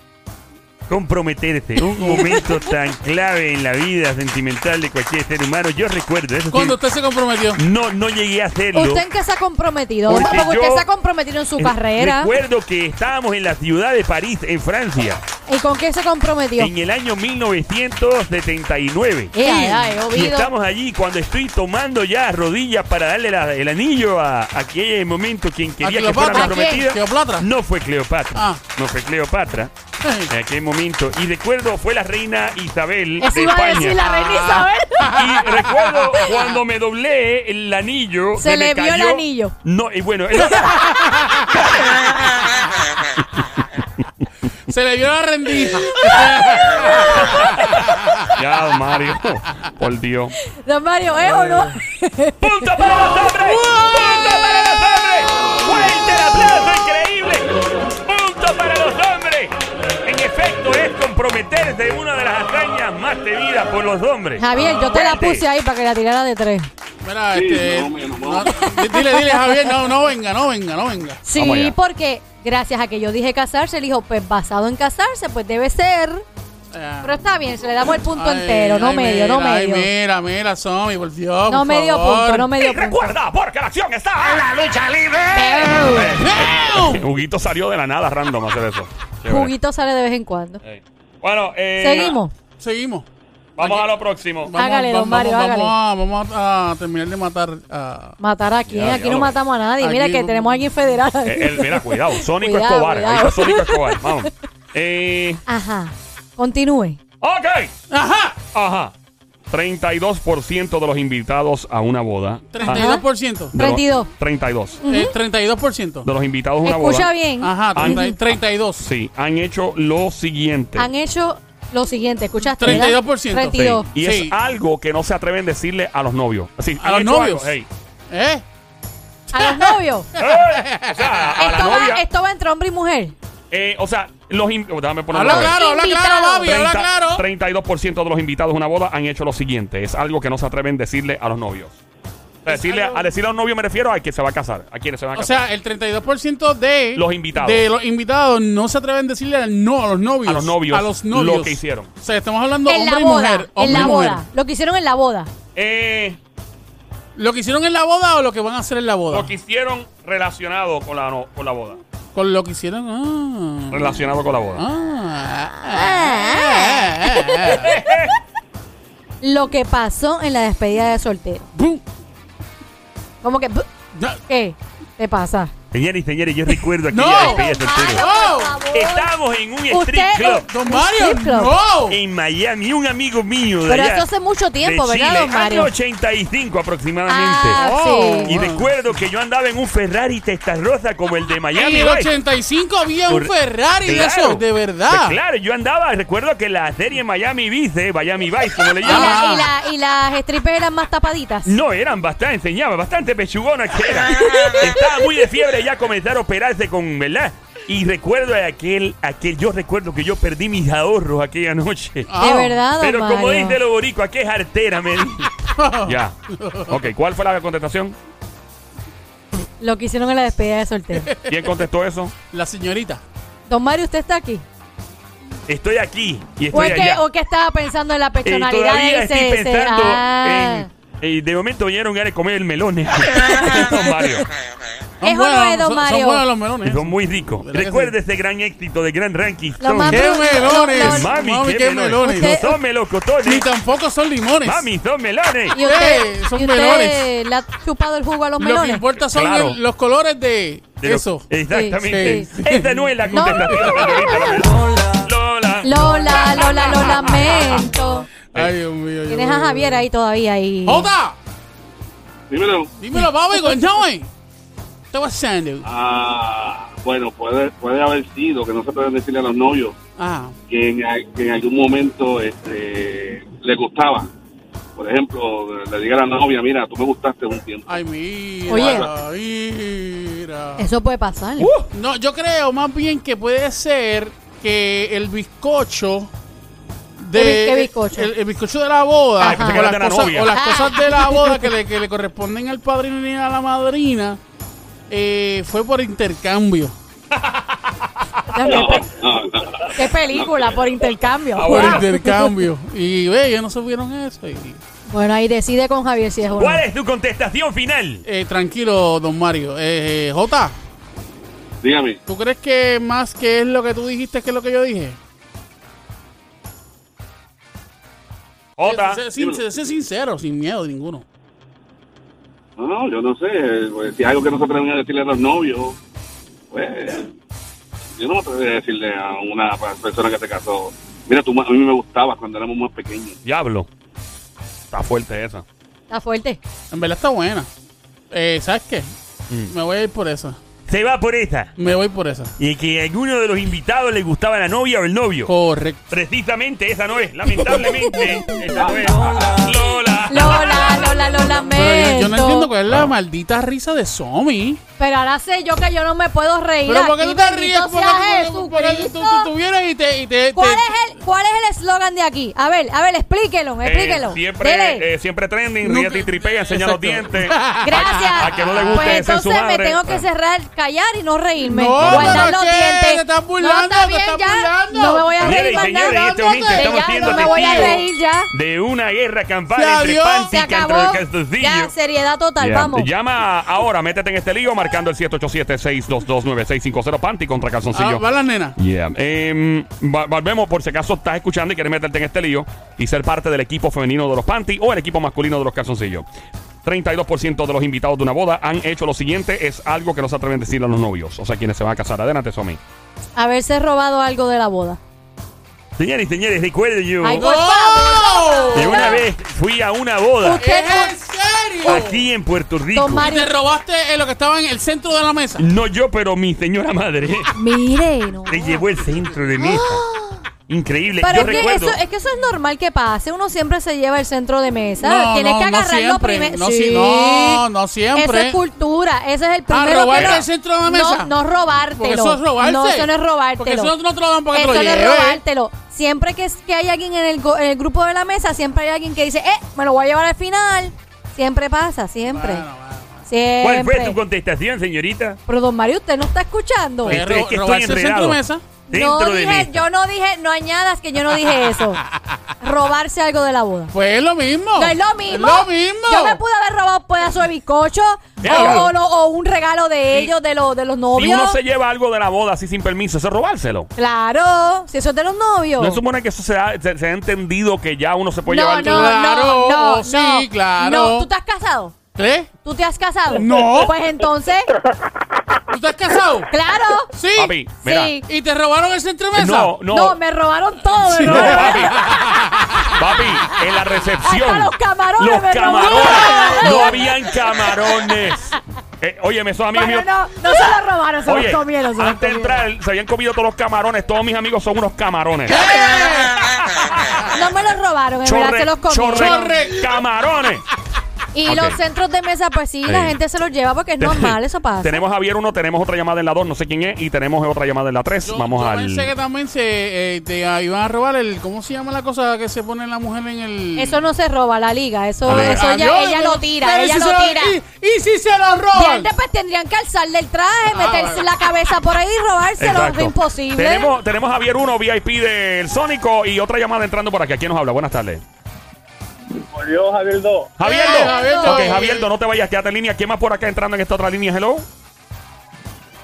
Speaker 2: Comprometerse, un momento tan clave en la vida sentimental de cualquier ser humano. Yo recuerdo eso. sí,
Speaker 3: Cuando usted se comprometió.
Speaker 2: no, no llegué a hacerlo.
Speaker 4: ¿Usted en qué se ha comprometido?
Speaker 2: Porque
Speaker 4: Porque usted
Speaker 2: yo-
Speaker 4: se ha comprometido en su
Speaker 2: Eh,
Speaker 4: carrera.
Speaker 2: Recuerdo que estábamos en la ciudad de París, en Francia,
Speaker 4: ¿Y con qué se comprometió?
Speaker 2: en el año 1979.
Speaker 4: Eh, ay,
Speaker 2: Y
Speaker 4: Ovidio.
Speaker 2: estamos allí cuando estoy tomando ya rodillas para darle la- el anillo a, a aquel momento quien quería que fuera
Speaker 3: Cleopatra?
Speaker 2: mi
Speaker 4: ¿A quién?
Speaker 2: prometida.
Speaker 3: ¿Cleopatra?
Speaker 2: No fue Cleopatra.
Speaker 3: Ah.
Speaker 2: No fue Cleopatra en aquel momento. Y recuerdo fue la reina Isabel
Speaker 4: Eso
Speaker 2: de
Speaker 4: iba a
Speaker 2: España.
Speaker 4: decir la reina Isabel.
Speaker 2: Y recuerdo cuando me doblé el anillo.
Speaker 4: Se
Speaker 2: que me
Speaker 4: le vio el
Speaker 2: cayó-
Speaker 4: anillo.
Speaker 2: No, y bueno. el-
Speaker 3: Se le vio la rendija.
Speaker 2: Ya, don Mario. Por Dios.
Speaker 4: Don Mario, ¿es o no?
Speaker 2: Eh, ¡Punto para los hombres! ¡Punto para los hombres! ¡Fuerte el aplauso increíble! ¡Punto para los hombres! En efecto, es comprometerse una de las hazañas más temidas por los hombres.
Speaker 4: Javier, yo te la
Speaker 2: Fuerte.
Speaker 4: puse ahí para que la tirara de tres.
Speaker 3: Mira,
Speaker 5: Sí,
Speaker 3: este.
Speaker 5: no, menos
Speaker 3: no,
Speaker 5: mal.
Speaker 3: dile, dile, Javier, no, no venga, no venga, no venga.
Speaker 2: Vamos
Speaker 4: Sí,
Speaker 2: allá.
Speaker 4: porque gracias a que yo dije casarse, él dijo, pues basado en casarse, pues debe ser.
Speaker 3: Ah.
Speaker 4: Pero está bien, se le damos el punto
Speaker 3: Ay,
Speaker 4: entero, no
Speaker 3: ay,
Speaker 4: medio, no
Speaker 3: mira, ay,
Speaker 4: medio.
Speaker 3: mira, mira, Somi, por Dios.
Speaker 4: no
Speaker 3: por
Speaker 4: medio
Speaker 3: favor.
Speaker 4: punto, no medio
Speaker 2: Y
Speaker 4: punto.
Speaker 2: recuerda, porque la acción está en la lucha libre.
Speaker 3: ¡Meow!
Speaker 2: Juguito salió de la nada random a hacer eso. Chévere.
Speaker 4: Juguito sale de vez en cuando.
Speaker 2: Ey. Bueno, eh,
Speaker 4: Seguimos.
Speaker 3: Seguimos.
Speaker 2: Vamos a lo próximo.
Speaker 3: Vamos,
Speaker 4: Hágale, don
Speaker 3: vamos,
Speaker 4: Mario,
Speaker 3: vamos,
Speaker 4: hágale.
Speaker 3: Vamos, a, vamos a terminar de matar a.
Speaker 4: ¿Matar a quién?
Speaker 2: Ya,
Speaker 4: Aquí no
Speaker 2: diablo.
Speaker 4: matamos a nadie. Mira
Speaker 3: Aquí-
Speaker 4: que tenemos a alguien federal.
Speaker 2: Eh, el- mira, cuidado. Sónico
Speaker 4: Cuidado,
Speaker 2: Escobar.
Speaker 4: cuidado.
Speaker 2: Ahí está Sónico Escobar. Vamos. Eh,
Speaker 4: Ajá. Continúe.
Speaker 2: ok.
Speaker 3: ¡Ajá!
Speaker 2: Ajá. 32% de los invitados a una boda. Ah,
Speaker 3: 32%.
Speaker 2: de los-
Speaker 4: 32.
Speaker 2: 32.
Speaker 3: Eh, 32%.
Speaker 2: De los invitados a una
Speaker 4: Escucha
Speaker 2: boda.
Speaker 4: bien.
Speaker 3: Ajá, treinta-
Speaker 2: Ujú.
Speaker 3: 32.
Speaker 2: Sí, han hecho lo siguiente.
Speaker 4: Han hecho lo siguiente. ¿Escuchaste?
Speaker 3: 32%.
Speaker 4: ¿verdad?
Speaker 2: Sí,
Speaker 4: 32.
Speaker 2: Y es
Speaker 3: Sí.
Speaker 2: algo que no se atreven a decirle a los novios. Sí,
Speaker 3: ¿A
Speaker 2: han
Speaker 3: los
Speaker 2: hecho
Speaker 3: novios?
Speaker 2: algo, hey.
Speaker 3: ¿Eh?
Speaker 4: A los novios.
Speaker 2: ¡Eh! O sea, a, a la
Speaker 4: esto, va,
Speaker 2: novia.
Speaker 4: esto va entre hombre y mujer.
Speaker 2: Eh, o sea, los. in- oh, déjame ponerlo
Speaker 3: Habla
Speaker 2: otra vez.
Speaker 3: claro, habla claro,
Speaker 4: Invitado.
Speaker 3: Bobby, habla
Speaker 2: 30
Speaker 3: claro.
Speaker 2: 32% de los invitados a una boda han hecho lo siguiente. Es algo que no se atreven a decirle a los novios. O sea, decirle,
Speaker 3: algo-
Speaker 2: a decirle a un novio me refiero a que se va a casar. A quienes se van a
Speaker 3: O
Speaker 2: casar.
Speaker 3: sea, el 32% de
Speaker 2: Los invitados.
Speaker 3: de los invitados no se atreven a decirle no a los novios.
Speaker 2: A los novios,
Speaker 3: A los novios.
Speaker 2: lo que hicieron.
Speaker 3: O sea, estamos hablando
Speaker 4: en la
Speaker 3: hombre y
Speaker 4: boda.
Speaker 3: mujer.
Speaker 4: en
Speaker 3: hombre
Speaker 4: la
Speaker 3: y mujer.
Speaker 4: boda. Lo que hicieron en la boda.
Speaker 2: Eh,
Speaker 3: ¿Lo que hicieron en la boda o lo que van a hacer en la boda?
Speaker 2: lo que hicieron relacionado con la, no- con la boda.
Speaker 3: Con lo que hicieron. Ah.
Speaker 2: Relacionado con la boda.
Speaker 3: Ah, ah, ah, ah, ah.
Speaker 4: Lo que pasó en la despedida de soltero.
Speaker 3: Bum.
Speaker 4: Como que. bu-
Speaker 3: Ya.
Speaker 4: ¿Qué te pasa?
Speaker 2: Señores y señores, yo recuerdo
Speaker 3: No.
Speaker 2: aquella despedida soltero.
Speaker 3: ¡No!
Speaker 2: Estamos Ah, en un strip
Speaker 4: Usted-
Speaker 2: club
Speaker 3: Don
Speaker 4: Un
Speaker 3: Mario,
Speaker 4: strip club.
Speaker 3: no.
Speaker 2: en Miami. Un amigo mío de
Speaker 4: Pero
Speaker 2: allá,
Speaker 4: eso hace mucho tiempo,
Speaker 2: de Chile,
Speaker 4: ¿verdad, don Mario?
Speaker 2: año 85 aproximadamente.
Speaker 4: Ah,
Speaker 3: Oh.
Speaker 4: sí.
Speaker 2: Y
Speaker 3: Wow.
Speaker 2: recuerdo que yo andaba en un Ferrari testarroza como el de
Speaker 3: En
Speaker 2: Miami
Speaker 3: el
Speaker 2: Vice.
Speaker 3: 85 había un
Speaker 2: Corre-
Speaker 3: Ferrari de
Speaker 2: Claro.
Speaker 3: eso, de verdad.
Speaker 2: Pues claro, yo andaba, recuerdo que la serie Miami Vice, Miami Vice, como
Speaker 3: Ah.
Speaker 2: le
Speaker 4: Y, la- y
Speaker 2: llaman,
Speaker 4: la- y las strippers eran más tapaditas.
Speaker 2: Ah. no eran bastante, enseñaba bastante pechugonas que
Speaker 3: Ah.
Speaker 2: eran. Estaba muy de fiebre ya comenzar a operarse con, ¿verdad? Y recuerdo aquel, aquel, yo recuerdo que yo perdí mis ahorros aquella noche.
Speaker 3: Ah,
Speaker 4: de verdad, don
Speaker 2: Pero como
Speaker 4: Mario.
Speaker 2: dice lo borico, aquí es artera, me di. Ya. Ok, ¿cuál fue la contestación?
Speaker 4: Lo que hicieron en la despedida de soltero.
Speaker 2: ¿Quién contestó eso?
Speaker 3: La señorita.
Speaker 4: Don Mario, ¿usted está aquí?
Speaker 2: Estoy aquí y
Speaker 4: ¿O
Speaker 2: estoy
Speaker 4: es, que,
Speaker 2: allá.
Speaker 4: o es que estaba pensando en la
Speaker 2: Eh,
Speaker 4: personalidad de
Speaker 2: todavía
Speaker 4: ese?
Speaker 2: estoy
Speaker 4: ese-
Speaker 2: pensando
Speaker 4: ah.
Speaker 2: en... eh, de momento vinieron a comer el melón. Don Mario.
Speaker 4: Ah.
Speaker 3: Son
Speaker 4: Es o no
Speaker 3: buenos,
Speaker 4: es, don
Speaker 3: son-
Speaker 4: Mario.
Speaker 3: Son buenos los
Speaker 2: Y
Speaker 3: melones.
Speaker 2: son muy ricos.
Speaker 3: ¿Verdad que
Speaker 2: Recuerde
Speaker 3: sí?
Speaker 2: ese gran éxito de Gran Ranking.
Speaker 4: Lo más
Speaker 3: ¡Qué
Speaker 4: Los-
Speaker 3: melones!
Speaker 4: los-
Speaker 2: Mami,
Speaker 3: Mami,
Speaker 2: qué,
Speaker 3: qué
Speaker 2: melones.
Speaker 3: melones.
Speaker 4: Usted-
Speaker 2: No son melocotones.
Speaker 3: Ni tampoco son limones.
Speaker 2: Mami, son melones.
Speaker 4: ¿Y usted,
Speaker 3: Eh, son
Speaker 4: y usted
Speaker 3: melones.
Speaker 4: le ha chupado el jugo a los
Speaker 3: Lo que
Speaker 4: melones?
Speaker 3: importa son
Speaker 2: Claro.
Speaker 3: el- los colores de,
Speaker 2: De lo- eh,
Speaker 3: eso.
Speaker 2: Exactamente.
Speaker 4: Sí, sí.
Speaker 2: Esa no es la
Speaker 4: No.
Speaker 2: contestación. señorita Lola. Lola.
Speaker 4: Lola, Lola, lo lamento.
Speaker 2: eh.
Speaker 3: Ay, Dios mío.
Speaker 4: Tienes a Javier ahí todavía ahí.
Speaker 3: ¡Jota!
Speaker 5: Dímelo.
Speaker 3: Dímelo, papi, coño. Te voy haciendo.
Speaker 5: Ah, bueno, puede, puede haber sido que no se pueden decirle a los novios
Speaker 3: Ah,
Speaker 5: que en, al- que en algún momento este, le gustaba. Por ejemplo, le diga a la novia, mira, tú me gustaste un tiempo.
Speaker 3: ay, mira. Mira.
Speaker 4: Eso puede pasar.
Speaker 2: Uh.
Speaker 3: No, yo creo más bien que puede ser que el bizcocho de
Speaker 4: ¿Qué bi- qué bizcocho?
Speaker 3: El, el bizcocho de la boda
Speaker 2: Ah, pensé que era
Speaker 3: o, las
Speaker 2: de la
Speaker 3: cosas,
Speaker 2: novia.
Speaker 3: o las
Speaker 4: Ah.
Speaker 3: cosas de la boda que le, que le corresponden al padrino y a la madrina eh, fue por intercambio.
Speaker 5: No, no, no.
Speaker 4: ¿Qué película? Por intercambio.
Speaker 2: Ah,
Speaker 3: Por
Speaker 2: bueno.
Speaker 4: Wow.
Speaker 3: intercambio. Y ve, ellos no supieron eso. y-
Speaker 4: Bueno, ahí decide con Javier si es o no.
Speaker 2: ¿Cuál es tu contestación final?
Speaker 3: eh, tranquilo, don Mario. Eh, eh, Jota,
Speaker 5: Dígame.
Speaker 3: ¿tú crees que más que es lo que tú dijiste que es lo que yo dije?
Speaker 2: Otra.
Speaker 3: Sé- sé- sé- sé sincero, sin miedo ninguno.
Speaker 5: No, no, yo no sé. pues, si hay algo que no se atreven a decirle a los novios, pues yo no me atrevería a decirle a una persona que se casó, mira, tú, a mí me gustabas cuando éramos más pequeños.
Speaker 2: Diablo. Está fuerte esa.
Speaker 4: Está fuerte.
Speaker 3: En verdad está buena. Eh, ¿Sabes qué? Me voy a ir por esa.
Speaker 7: se va por esa.
Speaker 3: Me voy por esa.
Speaker 7: Y que a alguno de los invitados le gustaba la novia o el novio.
Speaker 3: Correcto.
Speaker 2: Precisamente esa no es, lamentablemente. esa no es. Lola.
Speaker 4: Lola, Lola, lo
Speaker 3: Pero yo,
Speaker 4: lamento.
Speaker 3: yo no entiendo cuál es la maldita risa de Somi.
Speaker 4: Pero ahora sé yo que yo no me puedo reír.
Speaker 3: Pero ¿por qué
Speaker 4: aquí,
Speaker 3: tú te
Speaker 4: bendito
Speaker 3: ríes? ¿Por
Speaker 4: sea
Speaker 3: qué tú- por qué tú- tú- tú- tú
Speaker 4: Jesucristo.
Speaker 3: vienes y te... y te-
Speaker 4: ¿Cuál
Speaker 3: te-
Speaker 4: es el cuál es el eslogan de aquí? A ver, a ver, explíquelo,
Speaker 2: Eh,
Speaker 4: explíquelo. Dele.
Speaker 2: siempre, eh, siempre trending,
Speaker 3: Nunca-
Speaker 2: ríete y tripea, enseña los
Speaker 3: Exacto.
Speaker 2: dientes.
Speaker 4: Gracias.
Speaker 2: A, a que no le guste
Speaker 4: pues
Speaker 2: ese en su
Speaker 4: entonces me
Speaker 2: madre. Ah.
Speaker 4: tengo que cerrar, callar y no reírme.
Speaker 3: No,
Speaker 4: Guardar
Speaker 3: pero
Speaker 4: los
Speaker 3: ¿qué?
Speaker 4: dientes.
Speaker 3: Te estás
Speaker 4: no,
Speaker 3: burlando,
Speaker 4: está
Speaker 3: te
Speaker 4: bien,
Speaker 3: estás
Speaker 4: ya.
Speaker 3: burlando.
Speaker 4: No me voy a
Speaker 2: Señores
Speaker 4: reír
Speaker 2: y
Speaker 4: más
Speaker 2: señores, en
Speaker 4: nada.
Speaker 2: este momento estamos
Speaker 4: Ya,
Speaker 2: siendo
Speaker 4: no me voy a reír
Speaker 2: testigos
Speaker 4: ya.
Speaker 2: de una guerra campal
Speaker 3: Se
Speaker 2: entre
Speaker 3: adiós.
Speaker 2: Panty
Speaker 4: Se
Speaker 2: y
Speaker 4: acabó.
Speaker 2: Castorcillo.
Speaker 4: Ya, seriedad total,
Speaker 2: Ya.
Speaker 4: vamos.
Speaker 2: Llama ahora, métete en este lío marcando el 787-622-9650 Panty contra
Speaker 3: Ah,
Speaker 2: Calzoncillo.
Speaker 3: va la nena.
Speaker 2: Yeah. Em, va- volvemos por si acaso estás escuchando y quieres meterte en este lío y ser parte del equipo femenino de los panty o el equipo masculino de los calzoncillos. 32% de los invitados de una boda han hecho lo siguiente, es algo que no se atreven a decirle a los novios, o sea, quienes se van a casar. Adelante, Somi.
Speaker 4: Haberse robado algo de la boda.
Speaker 7: Señores y señores, recuerden yo
Speaker 4: Ay,
Speaker 7: que
Speaker 4: por favor.
Speaker 7: una vez fui a una boda
Speaker 4: Usted-
Speaker 3: ¿Es en serio?
Speaker 7: aquí en Puerto Rico.
Speaker 4: Don Mario.
Speaker 3: Te robaste eh, lo que estaba en el centro de la mesa.
Speaker 7: No yo, pero mi señora madre
Speaker 4: Mire, no. Ah,
Speaker 7: le llevó el centro de mesa. Increíble.
Speaker 4: Pero
Speaker 7: yo
Speaker 4: es que,
Speaker 7: recuerdo.
Speaker 4: eso, es que eso es normal que pase. Uno siempre se lleva el centro de mesa.
Speaker 3: No,
Speaker 4: Tienes
Speaker 3: no,
Speaker 4: que
Speaker 3: no
Speaker 4: agarrarlo
Speaker 3: siempre.
Speaker 4: primero.
Speaker 3: No, si- no, no
Speaker 4: Eso
Speaker 3: siempre.
Speaker 4: es cultura. Ese es el primero.
Speaker 3: robarte
Speaker 4: que-
Speaker 3: el centro de la mesa.
Speaker 4: No, no robártelo.
Speaker 3: Porque eso es robarse.
Speaker 4: No, eso no es robártelo.
Speaker 3: Porque eso no te lo dan porque te
Speaker 4: Eso
Speaker 3: lo
Speaker 4: no es
Speaker 3: lleves.
Speaker 4: robártelo. Siempre que, es- que hay alguien en el, go- en el grupo de la mesa, siempre hay alguien que dice, eh, me lo voy a llevar al final. Siempre pasa, siempre.
Speaker 3: Bueno, bueno. pues,
Speaker 4: Siempre.
Speaker 7: ¿Cuál fue tu contestación, señorita?
Speaker 4: Pero don Mario, usted no está escuchando.
Speaker 3: Pues,
Speaker 2: Este,
Speaker 3: ro-
Speaker 7: Estoy- es que estoy
Speaker 3: robarse el centro
Speaker 7: enredado.
Speaker 3: de mesa.
Speaker 7: Dentro
Speaker 4: no
Speaker 7: de
Speaker 4: dije,
Speaker 7: mesa.
Speaker 4: yo no dije, no añadas que yo no dije eso. Robarse algo de la boda.
Speaker 3: Pues es lo mismo.
Speaker 4: No es lo mismo.
Speaker 3: Es lo mismo.
Speaker 4: Yo me pude haber robado un pedazo de bizcocho o,
Speaker 7: Claro.
Speaker 4: o lo- o un regalo de ellos, de, los de los
Speaker 2: Si uno
Speaker 4: novios.
Speaker 2: se lleva algo de la boda así sin permiso, eso es robárselo.
Speaker 4: Claro, si eso es de los novios.
Speaker 2: No se supone que eso se ha, se- se ha entendido que ya uno se puede
Speaker 4: no,
Speaker 2: llevar
Speaker 4: no,
Speaker 3: Claro,
Speaker 4: no, no,
Speaker 3: oh, sí,
Speaker 4: no.
Speaker 3: claro.
Speaker 4: No, ¿tú estás casado?
Speaker 3: ¿Qué?
Speaker 4: ¿Tú te has casado?
Speaker 3: No.
Speaker 4: Pues entonces,
Speaker 3: ¿Tú estás casado?
Speaker 4: claro.
Speaker 3: Sí.
Speaker 2: Papi, mira.
Speaker 4: Sí.
Speaker 3: ¿Y te robaron el centro de mesa?
Speaker 2: No,
Speaker 4: No.
Speaker 2: no.
Speaker 4: me robaron todo. me
Speaker 2: No,
Speaker 4: robaron-
Speaker 2: papi. Papi, en la recepción.
Speaker 4: Hasta los camarones
Speaker 2: Los
Speaker 4: me robaron.
Speaker 2: camarones. No habían camarones. Eh, óyeme, esos amigos
Speaker 4: Bueno,
Speaker 2: míos.
Speaker 4: no, no se los robaron, se
Speaker 2: Oye,
Speaker 4: los comieron. Se los
Speaker 2: antes de
Speaker 4: comieron.
Speaker 2: entrar, se habían comido todos los camarones. Todos mis amigos son unos camarones. Eh.
Speaker 4: No me los robaron, en verdad se los comieron.
Speaker 2: chorre,
Speaker 3: Chorre.
Speaker 2: camarones.
Speaker 4: Y
Speaker 2: Ok.
Speaker 4: los centros de mesa, pues sí, la
Speaker 2: Sí.
Speaker 4: gente se los lleva porque es normal, eso pasa.
Speaker 2: Tenemos a Javier 1, tenemos otra llamada en la 2, no sé quién es, y tenemos otra llamada en la 3.
Speaker 3: Yo-
Speaker 2: Vamos
Speaker 3: yo
Speaker 2: al.
Speaker 3: pensé que también se eh, te ah, iban a robar el ¿cómo se llama la cosa que se pone la mujer en el
Speaker 4: Eso no se roba la liga, eso,
Speaker 2: Vale.
Speaker 4: eso ella,
Speaker 3: Adiós,
Speaker 4: ella
Speaker 3: pero-
Speaker 4: lo tira,
Speaker 3: pero
Speaker 4: ella
Speaker 3: si
Speaker 4: lo
Speaker 3: se
Speaker 4: tira.
Speaker 3: ¿Y, y si se lo roban? Ah,
Speaker 4: Y antes, pues tendrían que alzarle el traje, meterse
Speaker 3: bueno.
Speaker 4: la cabeza por ahí y robárselo,
Speaker 2: Exacto.
Speaker 4: es imposible.
Speaker 2: Tenemos, tenemos a Javier 1, VIP del Sónico, y otra llamada entrando por aquí. ¿A quién nos habla? Buenas tardes.
Speaker 6: Volvió Javier 2.
Speaker 2: Javier
Speaker 3: Eh, Javierdo.
Speaker 2: Ok, Javier, no te vayas, quédate en línea. ¿Quién más por acá entrando en esta otra línea? Hello.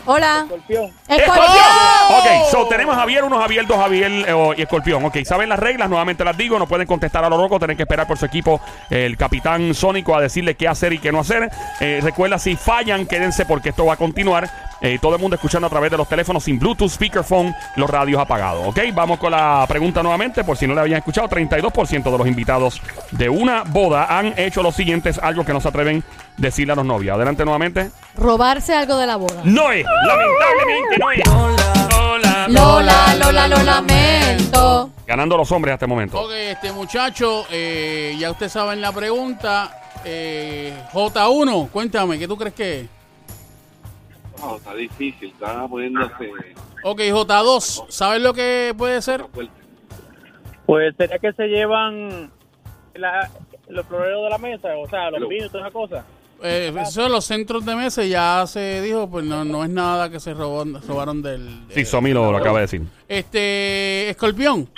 Speaker 4: Hola,
Speaker 6: Escorpión.
Speaker 3: ¡Escorpión!
Speaker 2: Ok, so tenemos a Javier, unos Javier, dos Javier eh, oh, y Escorpión. Ok, saben las reglas, nuevamente las digo, no pueden contestar a lo loco, tienen que esperar por su equipo, eh, el capitán Sónico, a decirle qué hacer y qué no hacer. Eh, recuerda, si fallan, quédense porque esto va a continuar. Eh, todo el mundo escuchando a través de los teléfonos sin Bluetooth, speakerphone, los radios apagados. Ok, vamos con la pregunta nuevamente, por si no la habían escuchado, 32% de los invitados de una boda han hecho los siguientes, algo que no se atreven a decirle a los novios. Adelante nuevamente.
Speaker 4: robarse algo de la boda.
Speaker 2: No es, lamentablemente no es.
Speaker 4: Lola, Lola, lo lamento.
Speaker 2: Ganando los hombres hasta el momento.
Speaker 3: Ok, este muchacho, eh, ya usted sabe en la pregunta. eh, J1, cuéntame, ¿qué tú crees que es?
Speaker 5: No, está difícil, está poniéndose
Speaker 3: Ok, J2, ¿sabes lo que puede ser?
Speaker 5: fuerte.
Speaker 6: Pues sería que se llevan la- los floreros de la mesa, o sea, los vinos y todas esas cosas.
Speaker 3: Eh, eso de los centros de mesa ya se dijo, pues no, no es nada que se robó- robaron del...
Speaker 2: Sí,
Speaker 3: eh,
Speaker 2: Somi lo, lo acaba de decir.
Speaker 3: Este, Escorpión.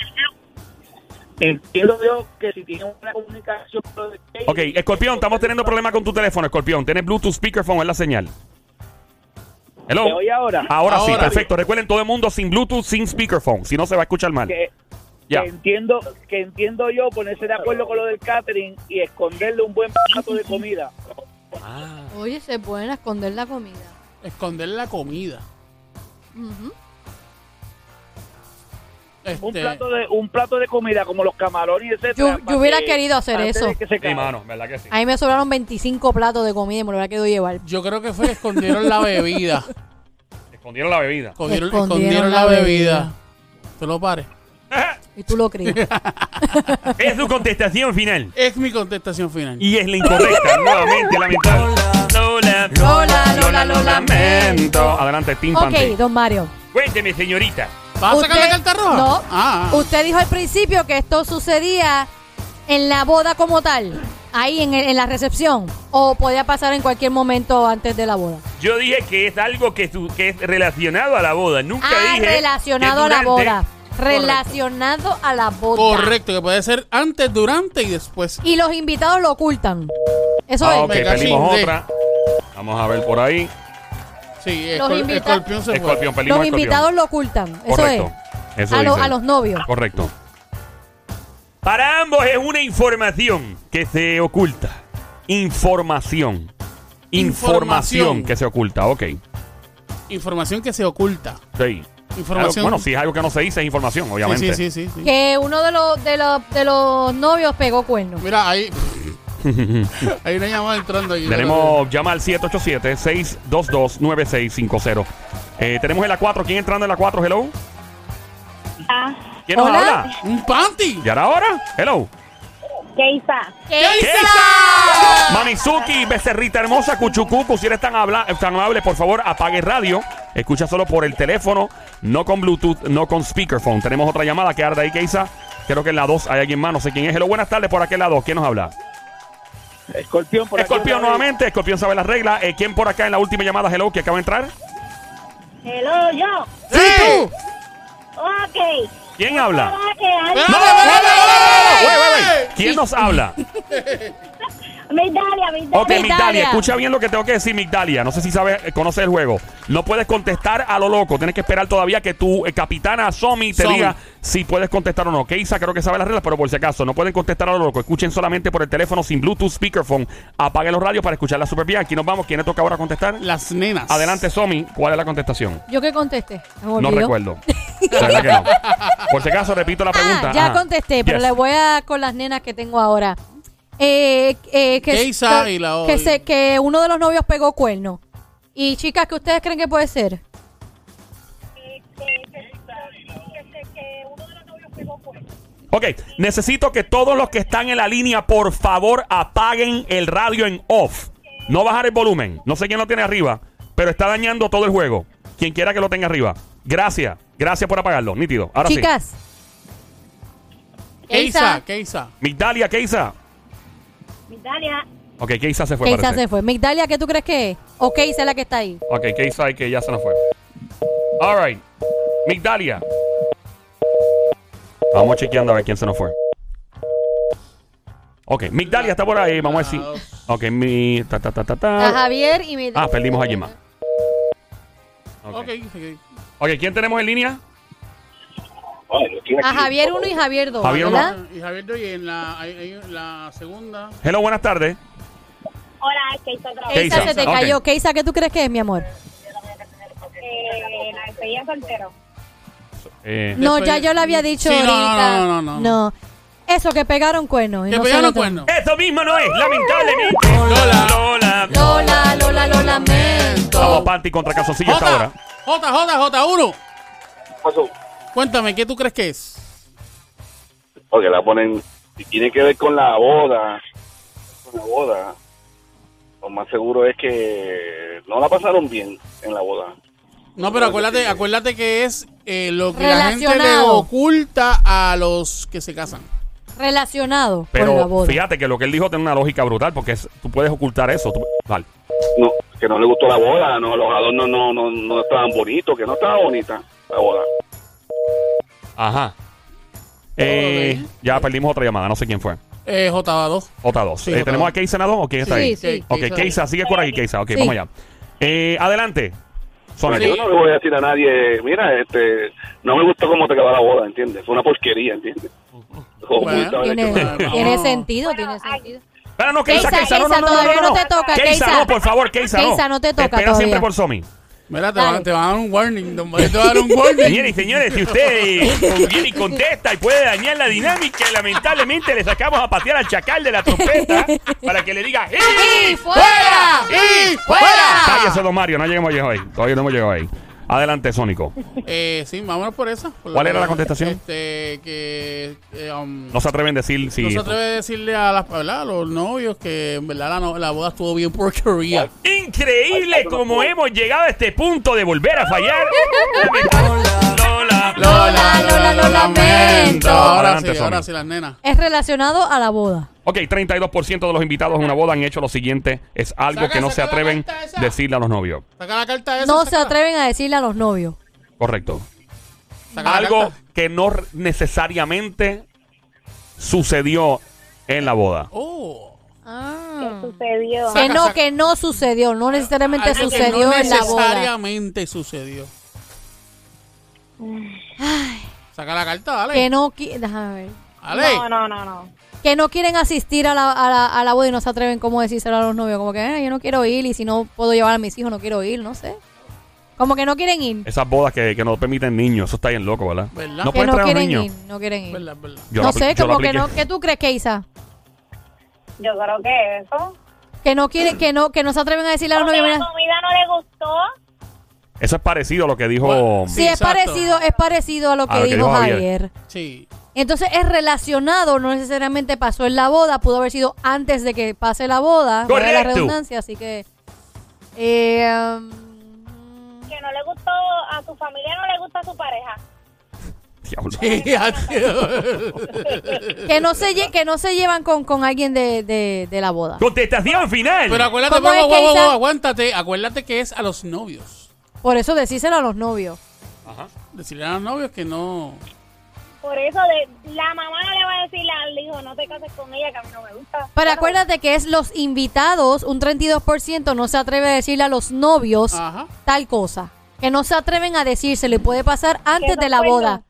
Speaker 6: Entiendo yo que si tienen una comunicación con los de
Speaker 2: Ok, Escorpión, estamos teniendo problemas con tu teléfono, Escorpión. Tienes Bluetooth speakerphone, es la señal. Hello.
Speaker 6: ¿Te oye ahora?
Speaker 2: Ahora, sí,
Speaker 3: Ahora.
Speaker 2: perfecto. Recuerden, todo el mundo sin Bluetooth, sin speakerphone. Si no, se va a escuchar mal.
Speaker 6: que,
Speaker 2: Ya.
Speaker 6: que entiendo que entiendo yo ponerse de acuerdo con lo del catering y esconderle un buen plato de comida.
Speaker 4: Oye, se pueden esconder la comida.
Speaker 3: Esconder la comida.
Speaker 4: Ujú.
Speaker 6: Un
Speaker 3: Este,
Speaker 6: plato de un plato de comida como los camarones, etcétera.
Speaker 4: Yo- yo
Speaker 6: para
Speaker 4: hubiera
Speaker 6: que-
Speaker 4: querido hacer
Speaker 6: antes
Speaker 4: eso.
Speaker 6: de que se
Speaker 2: Sí,
Speaker 6: caiga.
Speaker 2: mano, ¿verdad que sí?
Speaker 4: A mí me sobraron 25 platos de comida y me lo hubiera querido llevar.
Speaker 3: yo creo que fue que escondieron la bebida.
Speaker 2: Escondieron la bebida.
Speaker 3: Escondieron,
Speaker 4: Escondieron
Speaker 3: escondieron
Speaker 4: la
Speaker 3: la bebida.
Speaker 4: bebida.
Speaker 3: Te lo pares.
Speaker 4: Y tú lo crees.
Speaker 7: Es su contestación final.
Speaker 3: Es mi contestación final.
Speaker 7: Y es la incorrecta, nuevamente, lamentable. Lola,
Speaker 4: Lola, Lola, lo lamento.
Speaker 7: Adelante, Tim
Speaker 4: ok, don Mario.
Speaker 7: Cuénteme, señorita.
Speaker 3: ¿Vas a sacar la carta roja?
Speaker 4: No.
Speaker 3: Ah, ah.
Speaker 4: Usted dijo al principio que esto sucedía en la boda como tal, ahí en, el- en la recepción, o podía pasar en cualquier momento antes de la boda.
Speaker 7: Yo dije que es algo que, su- que es relacionado a la boda. Nunca
Speaker 4: Ah,
Speaker 7: dije.
Speaker 4: relacionado a
Speaker 7: que
Speaker 4: la
Speaker 7: durante-
Speaker 4: boda. Relacionado a la boda.
Speaker 3: Correcto, que puede ser antes, durante y después.
Speaker 4: Y los invitados lo ocultan. Eso
Speaker 2: Ah,
Speaker 4: es.
Speaker 2: ok,
Speaker 3: Venga,
Speaker 2: pedimos
Speaker 3: sí,
Speaker 2: otra. Vamos a ver por ahí.
Speaker 3: Sí,
Speaker 4: Los
Speaker 3: escol-
Speaker 4: invita-
Speaker 3: escorpión se fue.
Speaker 2: Escorpión, pedimos
Speaker 4: Los
Speaker 2: escorpión.
Speaker 4: invitados lo ocultan. Eso
Speaker 2: Correcto.
Speaker 4: es.
Speaker 2: Eso
Speaker 4: a, lo-
Speaker 2: dice.
Speaker 4: a los novios.
Speaker 2: Correcto.
Speaker 7: Para ambos es una información que se oculta.
Speaker 2: Información. Información,
Speaker 3: Información.
Speaker 2: que se oculta. Ok.
Speaker 3: Información que se oculta.
Speaker 2: Sí.
Speaker 3: Información.
Speaker 2: Bueno, si es algo que no se dice, es información,
Speaker 3: Sí,
Speaker 2: obviamente.
Speaker 3: sí, sí, sí, sí.
Speaker 4: Que uno de los, de los, de los novios pegó cuernos.
Speaker 3: Mira, ahí. hay una llamada entrando aquí.
Speaker 2: Tenemos, llama al 787-622-9650. Eh, tenemos en la 4. ¿Quién entrando en la 4? Hello. ¿Quién nos
Speaker 4: Hola.
Speaker 2: habla?
Speaker 3: ¡Un panty!
Speaker 2: ¿Y ahora? Hello.
Speaker 8: Keisa.
Speaker 2: ¡Esa! Manizuki, becerrita hermosa, cuchucucu, si eres tan, habla tan amable, por favor, apague radio. Escucha solo por el teléfono, no con Bluetooth, no con speakerphone. Tenemos otra llamada que arde ahí, Keisa. Creo que en la 2 hay alguien más, no sé quién es. Hello, buenas tardes, por aquí en la 2. ¿Quién nos habla?
Speaker 6: Escorpión por
Speaker 2: Escorpión
Speaker 6: aquí.
Speaker 2: nuevamente, Escorpión sabe las reglas. Eh, ¿Quién por acá en la última llamada, hello, que acaba de entrar?
Speaker 8: Hello, yo.
Speaker 3: ¡Sí! tú!
Speaker 8: Ok.
Speaker 2: ¿Quién habla?
Speaker 8: Para que alguien-
Speaker 3: ¡Espérate, espérate, espérate!
Speaker 2: Wait, wait, wait. ¿Quién nos habla?
Speaker 8: Migdalia, Migdalia.
Speaker 2: Ok, Migdalia, escucha bien lo que tengo que decir, Migdalia. No sé si sabes, eh, conoces el juego. No puedes contestar a lo loco. Tienes que esperar todavía que tu eh, capitana Somi te
Speaker 3: Somi.
Speaker 2: diga si puedes contestar o no. Keisa creo que sabe las reglas, pero por si acaso, no pueden contestar a lo loco. Escuchen solamente por el teléfono sin Bluetooth, speakerphone. Apaguen los radios para escucharla súper bien. Aquí nos vamos. ¿Quién le toca ahora contestar?
Speaker 3: Las nenas.
Speaker 2: Adelante, Somi. ¿Cuál es la contestación?
Speaker 4: Yo que contesté. Me
Speaker 2: No
Speaker 4: olvidó.
Speaker 2: recuerdo. La verdad que no. Por si acaso, repito la pregunta.
Speaker 4: Ah, ya
Speaker 2: Ajá.
Speaker 4: contesté, pero
Speaker 2: Yes.
Speaker 4: le voy a con las nenas que tengo ahora. Eh, eh, que,
Speaker 3: Keisa
Speaker 4: que,
Speaker 3: y la
Speaker 4: que
Speaker 3: Oli.
Speaker 4: se- que uno de los novios pegó cuerno. Y chicas, ¿qué ustedes creen que puede ser?
Speaker 2: Ok, necesito que todos los que están en la línea, por favor, apaguen el radio en off. No bajar el volumen. No sé quién lo tiene arriba, pero está dañando todo el juego. Quien quiera que lo tenga arriba. Gracias, gracias por apagarlo. Nítido. Ahora sí.
Speaker 4: chicas.
Speaker 3: Keisa, Keisa.
Speaker 2: Migdalia, Keisa.
Speaker 8: Migdalia.
Speaker 2: Ok, Keisa se fue.
Speaker 4: Keisa
Speaker 2: parece.
Speaker 4: se fue. Migdalia, ¿qué tú crees que es? ¿O Keisa es la que está ahí?
Speaker 2: Ok, Keisa y que ya se nos fue. All right. Migdalia. Vamos chequeando a ver quién se nos fue. Ok, Migdalia está por ahí. Vamos a decir. Ok, mi. Ta, ta, ta, ta, ta.
Speaker 4: Está Javier y Migdalia.
Speaker 2: Ah, perdimos a alguien más.
Speaker 3: Ok,
Speaker 2: Ok.
Speaker 3: ok.
Speaker 2: Ok, ¿quién tenemos en línea?
Speaker 4: A Javier 1 y Javier 2,
Speaker 2: Javier uno.
Speaker 4: ¿verdad?
Speaker 3: Y Javier Doy en la, ahí- ahí en la segunda.
Speaker 2: Hello, buenas tardes.
Speaker 8: Hola, es Keisa otra vez.
Speaker 4: Keisa,
Speaker 2: Keisa,
Speaker 4: se te
Speaker 2: ok.
Speaker 4: cayó. Keisa, ¿qué tú crees que es, mi amor?
Speaker 8: Eh, la despedida soltero.
Speaker 2: Eh,
Speaker 4: No,
Speaker 3: Después-
Speaker 4: ya yo le había dicho
Speaker 3: Sí, no, no,
Speaker 4: ahorita.
Speaker 3: no, no, no, no.
Speaker 4: Eso, que pegaron cuernos. y
Speaker 3: Que
Speaker 4: no se
Speaker 3: pegaron
Speaker 4: notó.
Speaker 3: cuernos.
Speaker 7: Eso mismo no es, lamentablemente. Lola, Lola.
Speaker 4: Lola, Lola, lo lamento.
Speaker 2: Vamos, Panty contra Calzoncillo hasta
Speaker 3: J,
Speaker 2: ahora.
Speaker 3: J, J, J, 1.
Speaker 5: pasó?
Speaker 3: Cuéntame, ¿qué tú crees que es?
Speaker 5: Porque la ponen, si tiene que ver con la boda, con la boda, lo más seguro es que no la pasaron bien en la boda.
Speaker 3: No, pero acuérdate, acuérdate que es eh, lo que la gente le
Speaker 4: Relacionado.
Speaker 3: oculta a los que se casan.
Speaker 4: Relacionado con la
Speaker 2: Pero
Speaker 4: boda.
Speaker 2: fíjate que lo que él dijo tiene una lógica brutal porque es- tú puedes ocultar eso. tú- vale.
Speaker 5: No, que no le gustó la boda, no, los adornos no, no, no estaban bonitos, que no estaba bonita la boda.
Speaker 2: Ajá. Eh,
Speaker 3: Ok.
Speaker 2: ya perdimos otra llamada, no sé quién fue.
Speaker 3: Eh, J, 2.
Speaker 2: Otra dos.
Speaker 3: Sí,
Speaker 2: Eh,
Speaker 3: otra
Speaker 2: ¿Tenemos
Speaker 3: dos.
Speaker 2: a Keisa en la dos o quién está
Speaker 4: Sí,
Speaker 2: ahí?
Speaker 4: sí.
Speaker 2: Ok, Keisa, sigue por aquí, Keisa. Ok,
Speaker 4: Sí.
Speaker 2: vamos allá. Eh, adelante. Sony.
Speaker 5: Bueno, Yo no le voy a decir a nadie, mira, este, no me gustó cómo te quedó la boda, ¿entiendes? Fue una porquería, ¿entiendes? Oculta, ¿verdad?
Speaker 4: Tiene,
Speaker 3: Claro.
Speaker 4: tiene
Speaker 3: No.
Speaker 4: sentido, tiene
Speaker 8: ay.
Speaker 4: sentido.
Speaker 2: Espera, no, Keisa,
Speaker 4: Keisa,
Speaker 2: Keisa, no, no,
Speaker 4: Keisa,
Speaker 2: no, no, no,
Speaker 4: todavía
Speaker 2: no.
Speaker 4: no te toca,
Speaker 2: Keisa,
Speaker 4: Keisa.
Speaker 2: no, por favor, Keisa, no.
Speaker 4: Keisa, no te toca
Speaker 2: Espera siempre
Speaker 4: todavía.
Speaker 2: por Somi.
Speaker 3: Mira, te van,
Speaker 4: Dale.
Speaker 3: te van a dar un warning, don Mario, te van a dar un warning.
Speaker 7: Señores y señores, si usted conviene y contesta y puede dañar la dinámica, lamentablemente le sacamos a patear al chacal de la trompeta para que le diga ¡Hey!
Speaker 4: ¡Y fuera!
Speaker 3: ¡Y
Speaker 2: Cállese, don Mario, no llegamos hoy. Todavía no hemos llegado ahí. Adelante, Sónico.
Speaker 3: Eh, sí, vámonos por esa. por
Speaker 2: ¿Cuál era la
Speaker 3: que-
Speaker 2: contestación?
Speaker 3: Este, que... eh, um,
Speaker 2: No se atreven a decir si.
Speaker 3: no se atreve a decirle a, las, ¿verdad? a los novios que en verdad la, no- la boda estuvo bien porquería.
Speaker 2: Increíble como hemos llegado a este punto de volver a fallar. Lola, Lola.
Speaker 4: Lola, Lola, lo lamento.
Speaker 3: Ahora sí,
Speaker 2: Adelante,
Speaker 3: ahora
Speaker 2: Sony.
Speaker 3: sí, las nenas.
Speaker 4: Es relacionado a la boda.
Speaker 2: Ok, 32% de los invitados en una boda han hecho lo siguiente. Es algo
Speaker 3: Saca,
Speaker 2: que no se
Speaker 3: saca la
Speaker 2: atreven
Speaker 3: carta esa.
Speaker 2: a decirle a los novios.
Speaker 3: Saca la carta esa.
Speaker 4: No
Speaker 3: saca
Speaker 4: se
Speaker 3: la-
Speaker 4: atreven a decirle a los novios.
Speaker 2: Correcto.
Speaker 3: saca la
Speaker 2: Algo
Speaker 3: carta.
Speaker 2: que no re- necesariamente sucedió en la boda.
Speaker 3: Oh.
Speaker 4: Ah.
Speaker 8: Sucedió.
Speaker 4: Que no,
Speaker 3: saca.
Speaker 4: que no sucedió, no necesariamente
Speaker 3: Algo que
Speaker 4: sucedió
Speaker 3: no
Speaker 4: en la boda.
Speaker 3: necesariamente sucedió. Saca la carta, dale.
Speaker 4: Que no, qui- déjame ver.
Speaker 3: Dale.
Speaker 8: No, no, no, no.
Speaker 4: que no quieren asistir a la, a la, a la boda y no se atreven como decírselo a los novios, como que "Eh, yo no quiero ir y si no puedo llevar a mis hijos no quiero ir, no sé. Como que no quieren ir.
Speaker 2: Esas bodas que, que no permiten niños. Eso está bien loco, ¿verdad?
Speaker 3: ¿Verdad?
Speaker 2: No
Speaker 4: que
Speaker 2: pueden
Speaker 4: no
Speaker 2: traer a los
Speaker 4: quieren
Speaker 2: niños.
Speaker 4: ir, no quieren ir.
Speaker 3: Verdad, verdad.
Speaker 2: Yo
Speaker 4: no
Speaker 2: lo apli-
Speaker 4: sé,
Speaker 2: yo lo
Speaker 4: como que
Speaker 2: apliqué.
Speaker 4: no, ¿qué tú crees, Keisa?
Speaker 8: Yo creo que eso.
Speaker 4: Que no quieren, que no, que no se atreven a decirle a los
Speaker 8: Porque
Speaker 4: novios,
Speaker 8: la
Speaker 4: mira,
Speaker 8: comida no le gustó.
Speaker 2: Eso es parecido a lo que dijo.
Speaker 3: Bueno,
Speaker 4: sí, es
Speaker 3: exacto.
Speaker 4: parecido, es parecido a lo que dijo Javier.
Speaker 3: Sí.
Speaker 4: Entonces es relacionado, no necesariamente pasó en la boda, pudo haber sido antes de que pase la boda, valga la
Speaker 2: Correcto.
Speaker 4: redundancia, así que eh,
Speaker 8: Que no le gustó a su familia, no le gusta a su pareja.
Speaker 2: Diablo.
Speaker 4: que no se lle- que no se llevan con, con alguien de, de- de la boda.
Speaker 2: Contestación final.
Speaker 3: Pero acuérdate,
Speaker 4: ¿Cómo
Speaker 3: guau,
Speaker 4: es que
Speaker 3: guau, guau,
Speaker 4: Isa-
Speaker 3: guau, aguántate. Acuérdate que es a los novios.
Speaker 4: Por eso decíselo a los novios.
Speaker 3: Decirle a los novios que no.
Speaker 8: Por eso de, la mamá no le va a decir al hijo, no te cases con ella, que a mí no me gusta.
Speaker 4: Pero acuérdate que es los invitados, un 32% no se atreve a decirle a los novios
Speaker 3: Ajá.
Speaker 4: tal cosa. Que no se atreven a decírselo y puede pasar antes
Speaker 8: son
Speaker 4: de la
Speaker 8: cuernos.
Speaker 4: boda.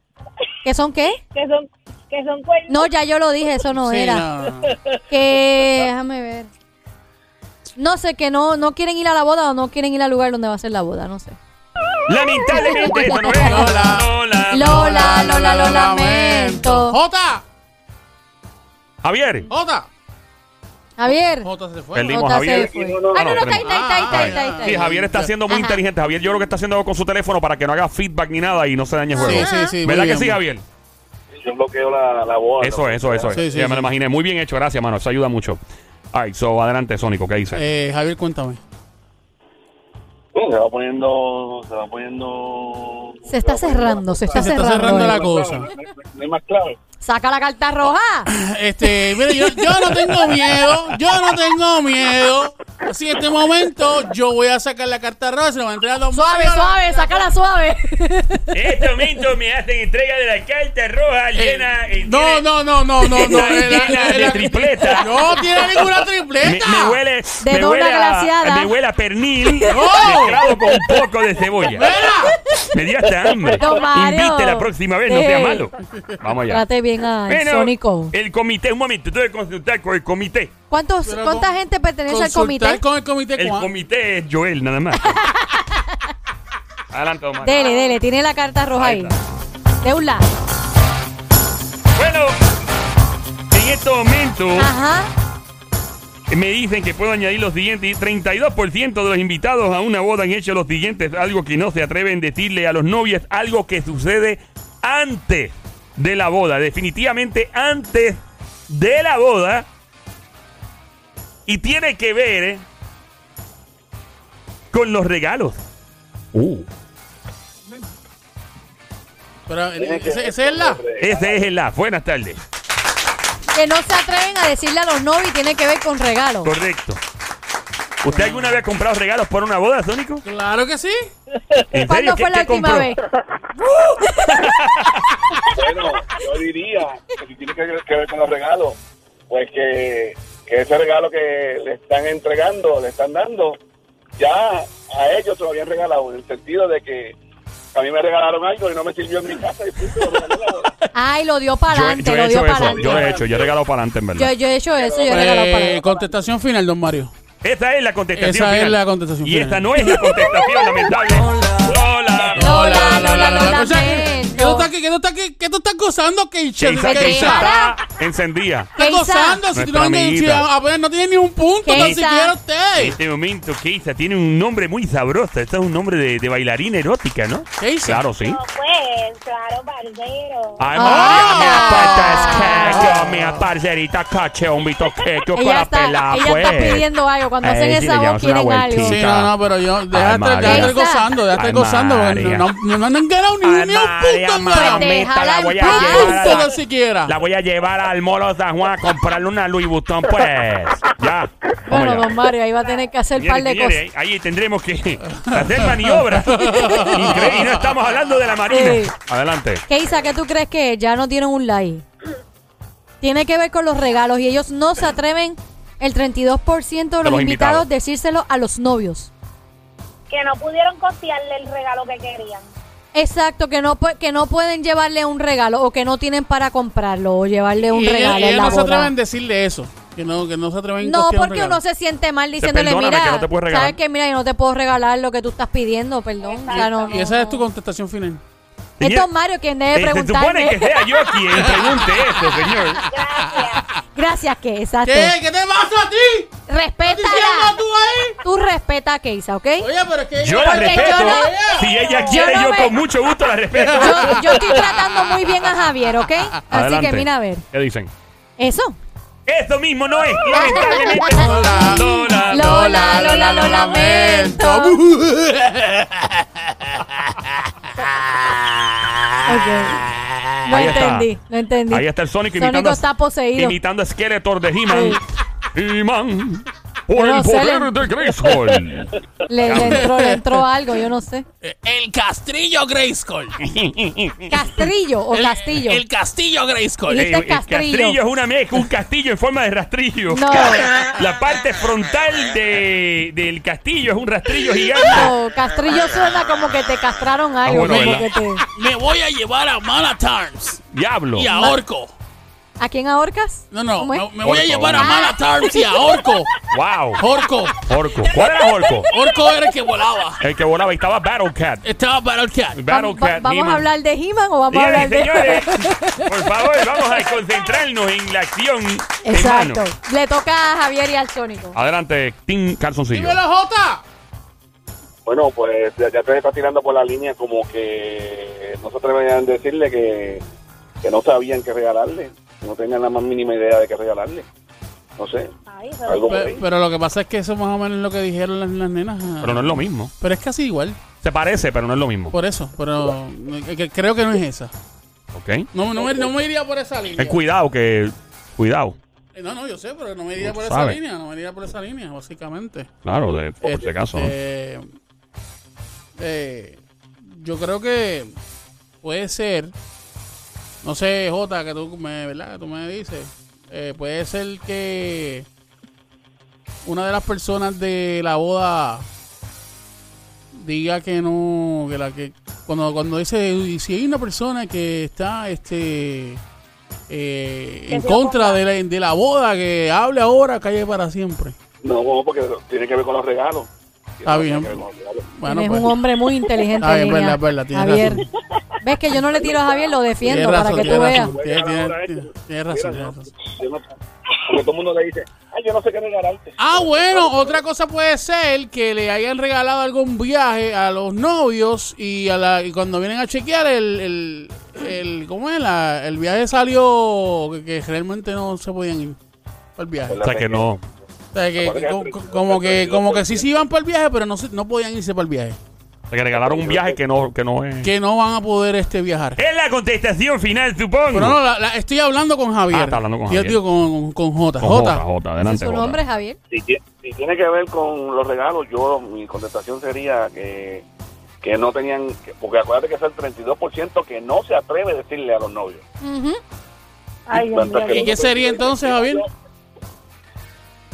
Speaker 4: ¿Que son qué?
Speaker 8: Que son, que son cuernos.
Speaker 4: No, ya yo lo dije, eso no
Speaker 3: Sí,
Speaker 4: era.
Speaker 3: no, no, no.
Speaker 4: Que déjame ver. No sé, que no, no quieren ir a la boda o no quieren ir al lugar donde va a ser la boda, no sé.
Speaker 2: Lamentablemente, eso no es.
Speaker 3: Lola.
Speaker 2: Lola.
Speaker 4: Lola, Lola, lo lamento.
Speaker 3: Jota,
Speaker 2: Javier.
Speaker 3: Jota.
Speaker 4: Javier.
Speaker 3: Jota se fue.
Speaker 2: Perdimos
Speaker 4: Jota
Speaker 2: a
Speaker 4: se
Speaker 2: Javier.
Speaker 4: fue.
Speaker 5: No, no,
Speaker 4: Ah, no, no,
Speaker 2: no,
Speaker 4: está
Speaker 2: Ah,
Speaker 4: ahí, está ahí, está ahí, está ahí, está ahí, está ahí.
Speaker 2: Sí, Javier está siendo muy
Speaker 4: Ajá.
Speaker 2: inteligente. Javier, yo creo que está haciendo algo con su teléfono para que no haga feedback ni nada y no se dañe el
Speaker 3: Sí,
Speaker 2: juego.
Speaker 3: sí, sí, muy
Speaker 2: ¿Verdad que
Speaker 3: bien,
Speaker 2: sí,
Speaker 3: muy-
Speaker 2: Javier?
Speaker 5: Yo bloqueo la, la boda.
Speaker 2: Eso es, eso es, eso es.
Speaker 3: Sí, sí,
Speaker 2: ya me
Speaker 3: sí.
Speaker 2: lo imaginé. Muy bien hecho, gracias, mano. Eso ayuda mucho. All right, so adelante, Sónico, ¿qué dice?
Speaker 3: Eh, Javier, cuéntame.
Speaker 5: Bueno, se va poniendo, se va poniendo.
Speaker 4: Se está
Speaker 5: va poniendo
Speaker 4: cerrando, se está
Speaker 3: Se está
Speaker 4: cerrando.
Speaker 3: cerrando la
Speaker 4: eh.
Speaker 3: cosa.
Speaker 5: No hay más clave.
Speaker 4: Saca la carta roja.
Speaker 3: Este, mire, yo, yo no tengo miedo, yo no tengo miedo. Así que en este momento yo voy a sacar la carta roja, se la voy a entregar a Don
Speaker 4: Suave,
Speaker 3: Mario.
Speaker 4: suave, sácala suave.
Speaker 7: En este momento me hacen entrega de la carta roja
Speaker 3: Eh,
Speaker 7: llena. eh,
Speaker 3: No,
Speaker 7: tiene-
Speaker 3: no, no, no, no, no.
Speaker 7: Llena-
Speaker 3: eh, la-
Speaker 7: llena
Speaker 3: eh,
Speaker 7: de
Speaker 3: la-
Speaker 7: tripleta.
Speaker 3: No tiene ninguna tripleta.
Speaker 7: Me, me huele,
Speaker 4: De
Speaker 7: me
Speaker 4: dona
Speaker 7: huele a,
Speaker 4: glaseada.
Speaker 7: me huele a pernil
Speaker 3: ¡No!
Speaker 7: mezclado con un poco de cebolla.
Speaker 3: Mira,
Speaker 7: Me dio hasta hambre.
Speaker 4: Don Mario.
Speaker 7: Invite la próxima vez, no
Speaker 3: Eh.
Speaker 7: sea
Speaker 4: Sí.
Speaker 7: malo. Vamos allá.
Speaker 4: Trate bien a
Speaker 7: Bueno,
Speaker 4: Sónico.
Speaker 7: El comité, un momento, tengo que consultar con el comité.
Speaker 4: ¿Cuántos,
Speaker 3: Pero
Speaker 4: ¿Cuánta
Speaker 3: con-
Speaker 4: gente pertenece al
Speaker 3: consultar
Speaker 4: comité?
Speaker 3: con el comité.
Speaker 7: El
Speaker 3: Juan.
Speaker 7: comité es Joel, nada más. Adelante, Omar.
Speaker 4: Dele, dele, tiene la carta roja ahí. De un lado.
Speaker 7: Bueno, en este momento
Speaker 4: Ajá.
Speaker 7: me dicen que puedo añadir los siguientes. 32% de los invitados a una boda han hecho los siguientes. Algo que no se atreven a decirle a los novios. Algo que sucede antes de la boda. Definitivamente antes de la boda. Y tiene que ver eh, con los regalos.
Speaker 2: Uh,
Speaker 3: Pero, eh, ese- esa es Eh. la.
Speaker 7: Ese es el la. Buenas tardes.
Speaker 4: Que no se atreven a decirle a los novios y tiene que ver con regalos.
Speaker 7: Correcto. ¿Usted alguna vez ha comprado regalos por una boda, Sónico?
Speaker 3: Claro que sí.
Speaker 7: ¿En
Speaker 4: ¿Cuándo
Speaker 7: ¿Qué-
Speaker 4: fue la
Speaker 7: qué
Speaker 4: última
Speaker 7: compró?
Speaker 4: vez?
Speaker 5: Bueno, yo diría que si tiene que, que ver con los regalos, pues que, que ese regalo que le están entregando, le están dando, ya a ellos se lo habían regalado, en el sentido de que a mí me regalaron algo y no me sirvió en mi casa y punto, lo regalé en la boda.
Speaker 4: Ay, lo dio para
Speaker 2: Yo, he-
Speaker 4: adelante,
Speaker 2: yo he
Speaker 4: lo
Speaker 2: hecho
Speaker 4: dio para
Speaker 2: eso.
Speaker 4: adelante.
Speaker 2: Yo he hecho. Yo he regalado para adelante, en
Speaker 4: Yo,
Speaker 2: verdad.
Speaker 4: yo he hecho eso, yo he regalado para
Speaker 3: Eh,
Speaker 4: adelante.
Speaker 3: contestación final, don Mario.
Speaker 7: Esa es la contestación
Speaker 3: Esa es
Speaker 7: final.
Speaker 3: la contestación
Speaker 7: Y
Speaker 3: final.
Speaker 7: esta no es la contestación, lamentable. Hola.
Speaker 4: Lola, Lola, lo
Speaker 3: O sea, que-
Speaker 4: lamento.
Speaker 3: que no está aquí, que no
Speaker 7: estás, qué, qué tú estás gozando, Keisha?
Speaker 3: Keisa,
Speaker 4: Keisha.
Speaker 3: Keisa
Speaker 7: Keisha?
Speaker 3: está encendida.
Speaker 7: Está
Speaker 4: Keisa.
Speaker 7: gozando, si tú
Speaker 3: Nuestra
Speaker 7: no, ni- si
Speaker 3: amiguita.
Speaker 7: a ver, no tiene ni un punto, tan
Speaker 4: Keisa.
Speaker 7: siquiera
Speaker 2: En
Speaker 7: usted.
Speaker 2: este momento, Keisa tiene un nombre muy sabroso. Este es un nombre de, de bailarina erótica, ¿no?
Speaker 7: Keisa.
Speaker 2: Claro, sí.
Speaker 8: No, pues, claro, parcero.
Speaker 2: Ay,
Speaker 4: Ah.
Speaker 2: María, mi patas cacho, mi parcerita cacho, un bito queco con
Speaker 4: Ella
Speaker 2: la
Speaker 4: está,
Speaker 2: pela,
Speaker 4: ella
Speaker 2: pues.
Speaker 4: está pidiendo algo. Cuando
Speaker 2: Ay,
Speaker 4: hacen
Speaker 2: sí, le
Speaker 4: esa voz
Speaker 2: llevamos una
Speaker 4: quieren algo.
Speaker 2: vueltita.
Speaker 7: Sí, no, no, pero yo, déjate,
Speaker 2: María.
Speaker 7: déjate
Speaker 4: Keisa.
Speaker 7: gozando, déjate
Speaker 2: Ay,
Speaker 7: gozando, porque
Speaker 2: María.
Speaker 7: no, no, no han ganado ni,
Speaker 2: Ay,
Speaker 7: ni un
Speaker 2: María,
Speaker 7: punto, han
Speaker 2: María,
Speaker 7: ganado.
Speaker 4: Te
Speaker 2: mamita,
Speaker 4: jala
Speaker 2: la
Speaker 4: el
Speaker 2: voy a
Speaker 7: Ni
Speaker 4: pan.
Speaker 7: Un
Speaker 2: llevar a
Speaker 7: punto,
Speaker 2: la-
Speaker 7: tan
Speaker 4: Ah.
Speaker 7: siquiera.
Speaker 2: La voy a llevar al Molo San Juan a comprarle una Louis Vuitton, pues. Ya. Vamos
Speaker 4: Bueno,
Speaker 2: ya.
Speaker 4: don Mario, ahí va a tener que hacer un
Speaker 2: Señores,
Speaker 4: par de
Speaker 2: señores,
Speaker 4: cosas.
Speaker 2: Ahí ahí tendremos que hacer maniobras. Increíble. Y no estamos hablando de la marina.
Speaker 4: Sí. Eh,
Speaker 3: Adelante.
Speaker 4: Keisa, ¿qué tú crees que es? ya no tienen un like? Tiene que ver con los regalos y ellos no se atreven el 32% de los,
Speaker 3: los invitados.
Speaker 4: invitados decírselo a los novios.
Speaker 8: Que no pudieron costearle el regalo que querían.
Speaker 4: Exacto, que no, pu- que no pueden llevarle un regalo o que no tienen para comprarlo o llevarle un
Speaker 7: Y
Speaker 4: regalo
Speaker 7: ellas-
Speaker 4: en
Speaker 7: ellas
Speaker 4: la
Speaker 7: no se
Speaker 4: boda.
Speaker 7: atreven a decirle eso. Que no, que no se atreven
Speaker 4: No,
Speaker 7: costear un
Speaker 4: porque
Speaker 7: regalo.
Speaker 4: uno se siente mal diciéndole,
Speaker 3: perdóname,
Speaker 4: mira,
Speaker 3: que no te puedo regalar".
Speaker 4: sabes que mira, yo no te puedo regalar lo que tú estás pidiendo, perdón. O sea, no,
Speaker 7: Y
Speaker 4: no,
Speaker 7: esa es
Speaker 4: no.
Speaker 7: tu contestación final.
Speaker 4: Esto es Mario quien
Speaker 2: Eh,
Speaker 4: debe
Speaker 2: se supone
Speaker 4: preguntarme.
Speaker 2: que sea yo quien pregunte eso, señor.
Speaker 8: Gracias.
Speaker 4: Gracias, que exacto.
Speaker 7: ¿Qué? ¿Qué te pasa a ti? ¿Estás diciendo tú
Speaker 4: Respétala.
Speaker 7: ahí?
Speaker 4: Tú respeta a Keisa, ¿ok?
Speaker 7: Oye, pero es que
Speaker 2: Yo la
Speaker 4: Porque
Speaker 2: respeto.
Speaker 4: yo no-
Speaker 2: si ella
Speaker 4: yo
Speaker 2: quiere, yo,
Speaker 4: no me-
Speaker 2: con mucho gusto la respeto.
Speaker 4: Yo, yo estoy tratando muy bien a Javier, ¿ok? Así
Speaker 3: Adelante.
Speaker 4: que mira a ver.
Speaker 3: ¿Qué dicen?
Speaker 4: Eso.
Speaker 2: Eso mismo no es. Lamentablemente.
Speaker 7: Lola,
Speaker 2: Lola,
Speaker 4: Lola, Lola, lo lamento. Ok. No
Speaker 3: Ahí está.
Speaker 4: entendí, no entendí.
Speaker 3: Ahí está el Sonic
Speaker 4: Sonic
Speaker 3: imitando, a-
Speaker 4: está poseído.
Speaker 3: imitando a Skeletor de He-Man. He-Man, por
Speaker 4: Pero
Speaker 3: el
Speaker 4: se le-
Speaker 3: poder de Grayskull.
Speaker 4: Le, le entró, le entró algo, yo no sé.
Speaker 7: El castillo Grayskull.
Speaker 4: Este
Speaker 3: Eh,
Speaker 4: Castrillo o castillo.
Speaker 7: El castillo Grayskull.
Speaker 4: Dijiste
Speaker 2: Eh, el
Speaker 4: castrillo.
Speaker 2: es una mezcla, un castillo en forma de rastrillo.
Speaker 4: No.
Speaker 2: La parte frontal de, del castillo es un rastrillo gigante.
Speaker 4: No, castrillo suena como que te castraron algo.
Speaker 3: bueno,
Speaker 4: como
Speaker 3: ¿verdad?
Speaker 4: que te-
Speaker 7: Me voy a llevar a Malatarms
Speaker 3: Diablo.
Speaker 7: y a Orco.
Speaker 4: ¿A quién ahorcas?
Speaker 7: No, no,
Speaker 4: ¿Cómo es?
Speaker 7: me, me voy a
Speaker 3: Orco,
Speaker 7: llevar a
Speaker 3: vamos.
Speaker 7: Malatarms y a Orco.
Speaker 3: Wow.
Speaker 7: Orco.
Speaker 3: Orco. ¿Cuál era Orco?
Speaker 7: Orco era el que volaba.
Speaker 3: El que volaba y estaba Battle Cat.
Speaker 7: Estaba Battle Cat.
Speaker 4: Va-
Speaker 3: Battle
Speaker 4: va-
Speaker 3: Cat.
Speaker 4: ¿Vamos
Speaker 3: He-Man.
Speaker 4: a hablar de He-Man o vamos a
Speaker 2: Señoras
Speaker 4: hablar
Speaker 2: y
Speaker 4: de.?
Speaker 2: señores, por favor, vamos a concentrarnos en la acción.
Speaker 4: Exacto.
Speaker 2: hermano. Ah,
Speaker 4: Le toca a Javier y al Sónico.
Speaker 3: Adelante, Tim Calzoncillo.
Speaker 7: Dímelo, Jota.
Speaker 5: Bueno, pues ya, ya te está tirando por la línea como que no se atrevían a decirle que, que no sabían qué regalarle, que no tenían la más mínima idea de qué regalarle. No sé,
Speaker 8: Ay, eso-
Speaker 5: algo por
Speaker 7: Pe-
Speaker 5: ahí.
Speaker 7: Pero lo que pasa es que eso más o menos es lo que dijeron las, las nenas. ah.
Speaker 3: Pero no es lo mismo.
Speaker 7: Pero es casi igual.
Speaker 3: Se parece, pero no es lo mismo.
Speaker 7: Por eso. Pero eh, que- creo que no es esa.
Speaker 3: ¿Ok?
Speaker 7: No, no, me, no me iría por esa línea.
Speaker 3: Ten cuidado que... Cuidado.
Speaker 7: Eh, No, no, yo sé, pero no me iría
Speaker 3: Tú
Speaker 7: por
Speaker 3: sabes.
Speaker 7: esa línea. No me iría por esa línea, básicamente.
Speaker 3: Claro, de, por si
Speaker 7: Este,
Speaker 3: acaso. ¿no?
Speaker 7: eh, eh, yo creo que puede ser, no sé, Jota, que tú me, ¿verdad? Que tú me dices, eh, puede ser que una de las personas de la boda diga que no, que la que cuando cuando dice "Uy, si hay una persona que está este eh, en
Speaker 8: se
Speaker 7: contra de la, de la boda que hable ahora calle para siempre.
Speaker 5: No, porque tiene que ver con los regalos.
Speaker 7: Está Ah, bien.
Speaker 5: Tiene que ver con los regalos.
Speaker 7: Bueno,
Speaker 4: es
Speaker 7: pues.
Speaker 4: un hombre muy inteligente.
Speaker 7: Ah, es
Speaker 4: niña.
Speaker 7: verdad, es verdad, tienes
Speaker 4: Javier.
Speaker 7: razón.
Speaker 4: ¿Ves que yo no le tiro a Javier? Lo
Speaker 7: Tienes
Speaker 4: defiendo para
Speaker 7: razón,
Speaker 4: que tú
Speaker 7: tienes
Speaker 4: veas.
Speaker 7: razón, tienes- tienes- tienes- tienes razón, tienes razón.
Speaker 5: Yo no- porque todo el mundo le dice, ay, yo no sé qué regalarte.
Speaker 7: Ah, bueno, otra cosa puede ser que le hayan regalado algún viaje a los novios y, a la, y cuando vienen a chequear el, el, el- ¿cómo es? La- el viaje salió que, que realmente no se podían ir para el
Speaker 5: pues,
Speaker 7: viaje.
Speaker 3: o sea que no...
Speaker 7: O sea, que, que co- co- como que como que sí se iban para el viaje, pero no se- no podían irse para el viaje.
Speaker 3: o sea que regalaron un viaje que no, que no es...
Speaker 7: Que no van a poder este viajar.
Speaker 2: Es la contestación final, supongo.
Speaker 7: Pero no, la- la- estoy hablando con Javier.
Speaker 3: Ah, está hablando con
Speaker 7: Yo
Speaker 3: Javier.
Speaker 7: digo con, con, con Jota.
Speaker 3: Con
Speaker 7: Jota.
Speaker 3: Jota, Jota, adelante.
Speaker 4: ¿Su
Speaker 3: Jota.
Speaker 4: nombre es Javier?
Speaker 5: Si, tie- si tiene que ver con los regalos, yo, mi contestación sería que, que no tenían, que- porque acuérdate que es el 32% que no se atreve a decirle a los novios.
Speaker 4: Ujú.
Speaker 8: Ay, Dios mío.
Speaker 7: ¿Y qué sería entonces, Javier?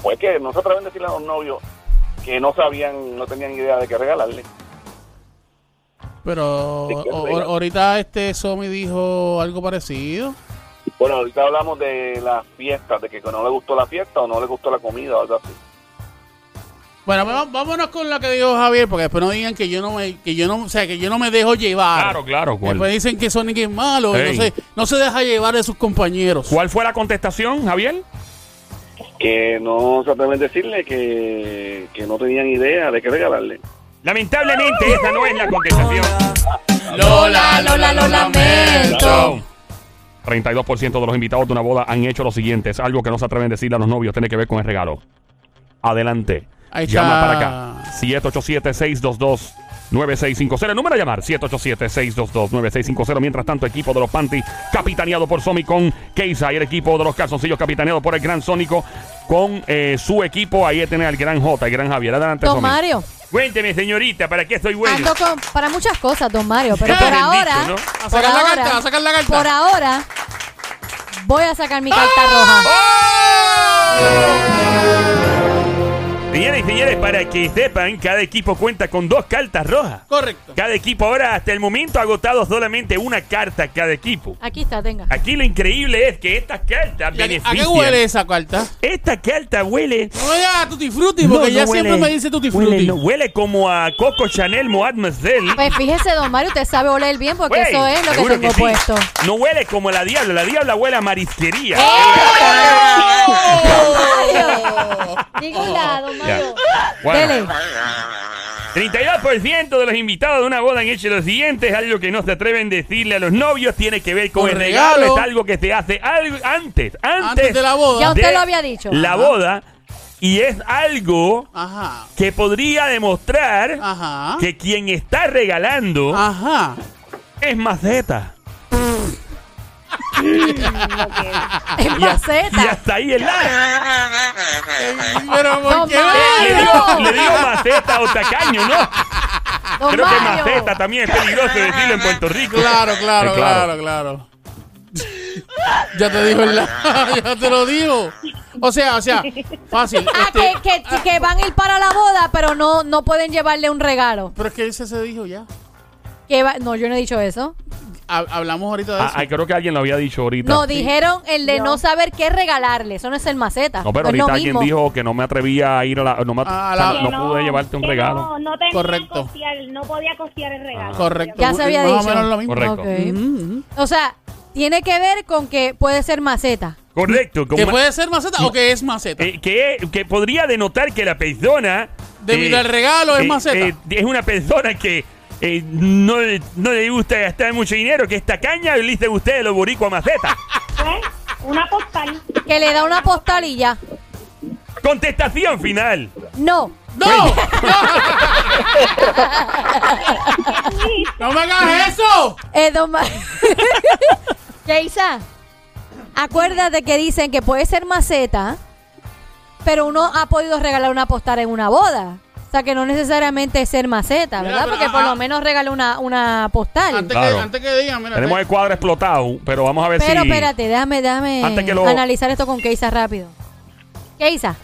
Speaker 5: Pues que no se atreven a decirle a los novios que no sabían, no tenían idea de qué regalarle.
Speaker 7: Pero
Speaker 5: Sí, claro,
Speaker 7: o-
Speaker 5: diga.
Speaker 7: ahorita este Somi dijo algo parecido.
Speaker 5: Bueno, ahorita hablamos de las fiestas, de que no le gustó la fiesta o no le gustó la comida o algo así.
Speaker 7: Bueno, va- vámonos con lo que dijo Javier, porque después no digan que yo no me, que yo no, o sea, que yo no me dejo llevar.
Speaker 6: Claro, claro. ¿cuál,
Speaker 7: Después dicen que Sonic es malo, y
Speaker 6: Ey.
Speaker 7: no se, no se deja llevar de sus compañeros.
Speaker 6: ¿Cuál fue la contestación, Javier?
Speaker 5: Que no se atreven a decirle que, que no tenían idea de qué regalarle.
Speaker 6: Lamentablemente, esa no es la contestación.
Speaker 4: Lola, Lola, lo lamento.
Speaker 6: 32% de los invitados de una boda han hecho lo siguiente. Es algo que no se atreven a decirle a los novios. Tiene que ver con el regalo. Adelante.
Speaker 7: Ahí
Speaker 6: Llama
Speaker 7: está.
Speaker 6: para acá. 787-622-9650. El número a llamar. 787-622-9650. Mientras tanto, equipo de los Panty, capitaneado por Sonic con Keisa. Y el equipo de los calzoncillos, capitaneado por el gran Sónico, con eh, su equipo. Ahí tiene al gran J, el gran Javier. Adelante,
Speaker 4: Don
Speaker 6: Somi.
Speaker 4: Mario.
Speaker 6: Cuénteme, señorita, ¿para qué estoy bueno?
Speaker 4: Ando con- para muchas cosas, don Mario, pero
Speaker 6: Dios
Speaker 4: por
Speaker 6: bendito,
Speaker 4: ahora,
Speaker 6: ¿no? A
Speaker 7: A
Speaker 4: por
Speaker 7: sacar la
Speaker 4: ahora,
Speaker 7: carta, a sacar la carta.
Speaker 4: por ahora, voy a sacar mi carta roja.
Speaker 2: Señores y señores, para que sepan, cada equipo cuenta con dos cartas rojas.
Speaker 7: Correcto.
Speaker 2: Cada equipo ahora, hasta el momento, ha agotado solamente una carta cada equipo.
Speaker 4: Aquí está, tenga.
Speaker 2: Aquí lo increíble es que estas cartas
Speaker 7: ¿Y a- ¿A qué
Speaker 2: benefician.
Speaker 7: huele esa carta?
Speaker 2: Esta carta huele.
Speaker 7: No me digas a Tutti Frutti,
Speaker 2: No,
Speaker 7: porque
Speaker 2: no
Speaker 7: ya
Speaker 2: huele-
Speaker 7: siempre me dice Tutti
Speaker 2: huele,
Speaker 7: Frutti.
Speaker 2: no, huele como a Coco Chanel Moat Mazel.
Speaker 4: Pues fíjese, don Mario, usted sabe oler bien porque
Speaker 2: Güey,
Speaker 4: eso es lo que
Speaker 2: seguro
Speaker 4: tengo
Speaker 2: sí.
Speaker 4: puesto.
Speaker 2: No huele como la diabla. La diabla huele a marisquería.
Speaker 4: Mario. Dígala, don Mario.
Speaker 2: Bueno.
Speaker 4: Dele.
Speaker 2: 32% de los invitados de una boda han hecho lo siguiente, es algo que no se atreven a decirle a los novios, tiene que ver con,
Speaker 7: Con
Speaker 2: el regalo,
Speaker 7: regalo.
Speaker 2: es algo que se hace algo antes, antes,
Speaker 7: Antes de la
Speaker 4: Ya
Speaker 7: boda.
Speaker 4: usted
Speaker 2: de
Speaker 4: lo había dicho. Ah.
Speaker 2: la
Speaker 4: Ajá.
Speaker 2: boda y es algo
Speaker 7: Ajá.
Speaker 2: que podría demostrar
Speaker 4: Ah.
Speaker 7: Ajá.
Speaker 2: que quien está regalando
Speaker 7: Ajá.
Speaker 2: es maceta.
Speaker 4: Es
Speaker 2: Y, a- y
Speaker 4: maceta.
Speaker 2: hasta ahí el like.
Speaker 7: Pero
Speaker 4: Don
Speaker 7: ¿por qué?
Speaker 4: Mario.
Speaker 2: Le digo, le digo maceta o tacaño, ¿no?
Speaker 4: Don
Speaker 2: Creo que
Speaker 4: Mario.
Speaker 2: maceta también es peligroso decirlo en Puerto Rico.
Speaker 7: Claro, claro,
Speaker 2: Eh,
Speaker 7: claro, claro. ya te digo el la- ya te lo digo. O sea, o sea, fácil.
Speaker 4: Ah,
Speaker 7: este-
Speaker 4: que, que- que van a ir para la boda, pero no, no pueden llevarle un regalo.
Speaker 7: Pero es que ese se dijo ya.
Speaker 4: Que va- no, yo no he dicho eso.
Speaker 7: Ha- hablamos ahorita de
Speaker 6: Ah,
Speaker 7: eso.
Speaker 6: ay, creo que alguien lo había dicho ahorita.
Speaker 4: No, dijeron el de no. saber qué regalarle. Eso no es el maceta.
Speaker 6: No, pero
Speaker 4: es lo
Speaker 6: ahorita alguien
Speaker 4: mismo.
Speaker 6: dijo que no me atrevía a ir a la. No, me at-
Speaker 7: Ah,
Speaker 6: o sea,
Speaker 7: la-
Speaker 6: no
Speaker 8: Que
Speaker 6: pude llevarte un
Speaker 8: que
Speaker 6: regalo.
Speaker 8: No, no tenía
Speaker 7: Correcto.
Speaker 8: que costear, no podía costear el regalo.
Speaker 7: Correcto.
Speaker 4: Ya se había
Speaker 7: Más
Speaker 4: dicho.
Speaker 7: o menos lo mismo.
Speaker 6: Correcto.
Speaker 4: Ok. O sea, tiene que ver con que puede ser maceta.
Speaker 2: Correcto, como
Speaker 7: ¿Que puede ser maceta o que es maceta?
Speaker 2: Eh, que, que podría denotar que la persona. eh,
Speaker 7: Debido al regalo, es maceta.
Speaker 2: es una persona que eh, no, le- no le gusta gastar mucho dinero, que esta caña, le dicen ustedes los boricua maceta.
Speaker 8: Fue una postal.
Speaker 4: Que le da una postal y ya.
Speaker 2: Contestación final.
Speaker 4: No.
Speaker 7: ¡No! ¡No me hagas eso!
Speaker 4: Eh, don Ma- Keisa, acuérdate que dicen que puede ser maceta, pero uno ha podido regalar una postal en una boda. O sea, que no necesariamente es ser maceta,
Speaker 7: Mira,
Speaker 4: ¿verdad?
Speaker 7: pero,
Speaker 4: Porque por
Speaker 7: ajá.
Speaker 4: lo menos regaló una, una postal.
Speaker 7: Antes,
Speaker 6: Claro.
Speaker 7: que, antes que digan, mira.
Speaker 6: Tenemos el cuadro explotado, pero vamos a ver
Speaker 4: pero
Speaker 6: si.
Speaker 4: espérate, déjame, déjame
Speaker 6: Antes que lo-
Speaker 4: analizar esto con Keisa rápido. Keisa,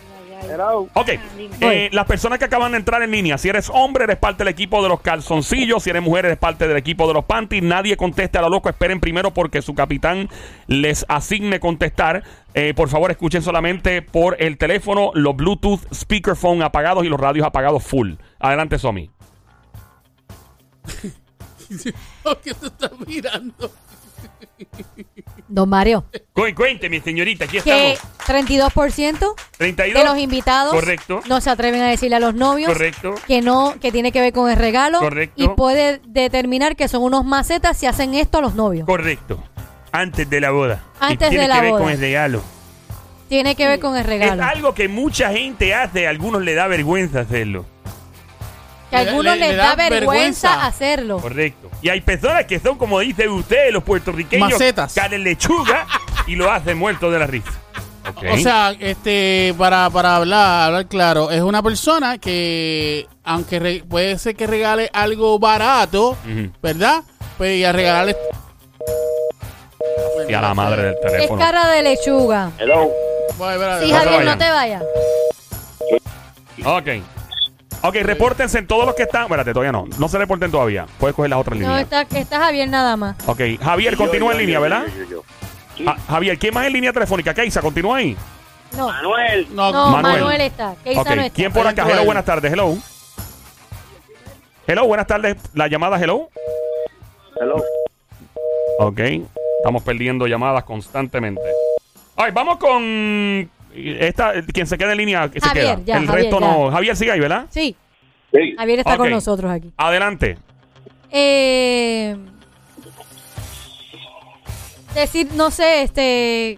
Speaker 6: Ok.
Speaker 4: Ah,
Speaker 6: Eh, las personas que acaban de entrar en línea, si eres hombre, eres parte del equipo de los calzoncillos. Si eres mujer, eres parte del equipo de los panties. Nadie conteste a lo loco. Esperen primero porque su capitán les asigne contestar. Eh, por favor, escuchen solamente por el teléfono, los Bluetooth, speakerphone apagados y los radios apagados full. Adelante, Somi.
Speaker 7: ¿Por qué tú estás mirando?
Speaker 4: don Mario,
Speaker 2: Cu- Cuénteme, señorita, aquí
Speaker 4: que
Speaker 2: estamos.
Speaker 4: 32%
Speaker 2: 32.
Speaker 4: de los invitados
Speaker 2: Correcto.
Speaker 4: no se atreven a decirle a los novios
Speaker 2: Correcto.
Speaker 4: que no que tiene que ver con el regalo
Speaker 2: Correcto.
Speaker 4: y puede determinar que son unos macetas si hacen esto a los novios
Speaker 2: Correcto. Antes de la boda.
Speaker 4: Antes
Speaker 2: y tiene
Speaker 4: de la
Speaker 2: que ver
Speaker 4: boda.
Speaker 2: con el regalo.
Speaker 4: tiene que ver con el regalo
Speaker 2: Es algo que mucha gente hace, a algunos le da vergüenza hacerlo.
Speaker 4: que a
Speaker 7: Le-
Speaker 4: algunos
Speaker 7: le- le
Speaker 4: les
Speaker 7: da
Speaker 4: da vergüenza,
Speaker 7: vergüenza.
Speaker 4: hacerlo
Speaker 2: Correcto. Y hay personas que son, como dicen ustedes, los puertorriqueños,
Speaker 7: Macetas.
Speaker 2: calen lechuga y lo hacen muerto de la risa. Ok.
Speaker 7: O sea, este, para, para hablar, hablar claro, es una persona que, aunque re- puede ser que regale algo barato,
Speaker 2: Ujú.
Speaker 7: ¿verdad? Pues y a regalarle.
Speaker 6: Y a la madre del
Speaker 4: es
Speaker 6: teléfono.
Speaker 4: cara de lechuga
Speaker 5: Hello.
Speaker 7: Voy, espera,
Speaker 4: sí
Speaker 7: espera.
Speaker 4: Javier
Speaker 6: vayan.
Speaker 4: no te vayas
Speaker 6: Ok.
Speaker 2: ok, reporten.
Speaker 6: Repórtense todos los que están. Espérate, todavía no. No se reporten todavía. Puedes coger las otras
Speaker 4: no
Speaker 6: líneas.
Speaker 4: está, está Javier nada más
Speaker 6: Ok. Javier, continúa en línea, ¿verdad?
Speaker 5: Yo, yo, yo, yo.
Speaker 6: Ah, Javier, ¿quién más en línea telefónica? Keisa, continúa ahí.
Speaker 4: No,
Speaker 9: Manuel.
Speaker 7: No,
Speaker 4: no,
Speaker 2: Manuel.
Speaker 4: Manuel. está. Keisa
Speaker 2: Ok,
Speaker 4: no está.
Speaker 2: ¿quién por acá?
Speaker 7: Dentro
Speaker 2: Hello,
Speaker 7: del-
Speaker 2: buenas tardes. Hello. Hello, buenas tardes. La llamada, hello.
Speaker 9: Hello.
Speaker 2: Ok, estamos perdiendo llamadas constantemente. Ay, vamos con esta, quien se quede en línea, que se
Speaker 4: Javier,
Speaker 2: queda.
Speaker 4: ya,
Speaker 2: El
Speaker 4: Javier,
Speaker 2: resto no. Javier, sigue ahí, ¿verdad?
Speaker 4: Sí,
Speaker 5: Sí.
Speaker 4: Javier está
Speaker 2: Ok.
Speaker 4: con nosotros aquí.
Speaker 2: Adelante.
Speaker 4: Eh, decir, no sé, este.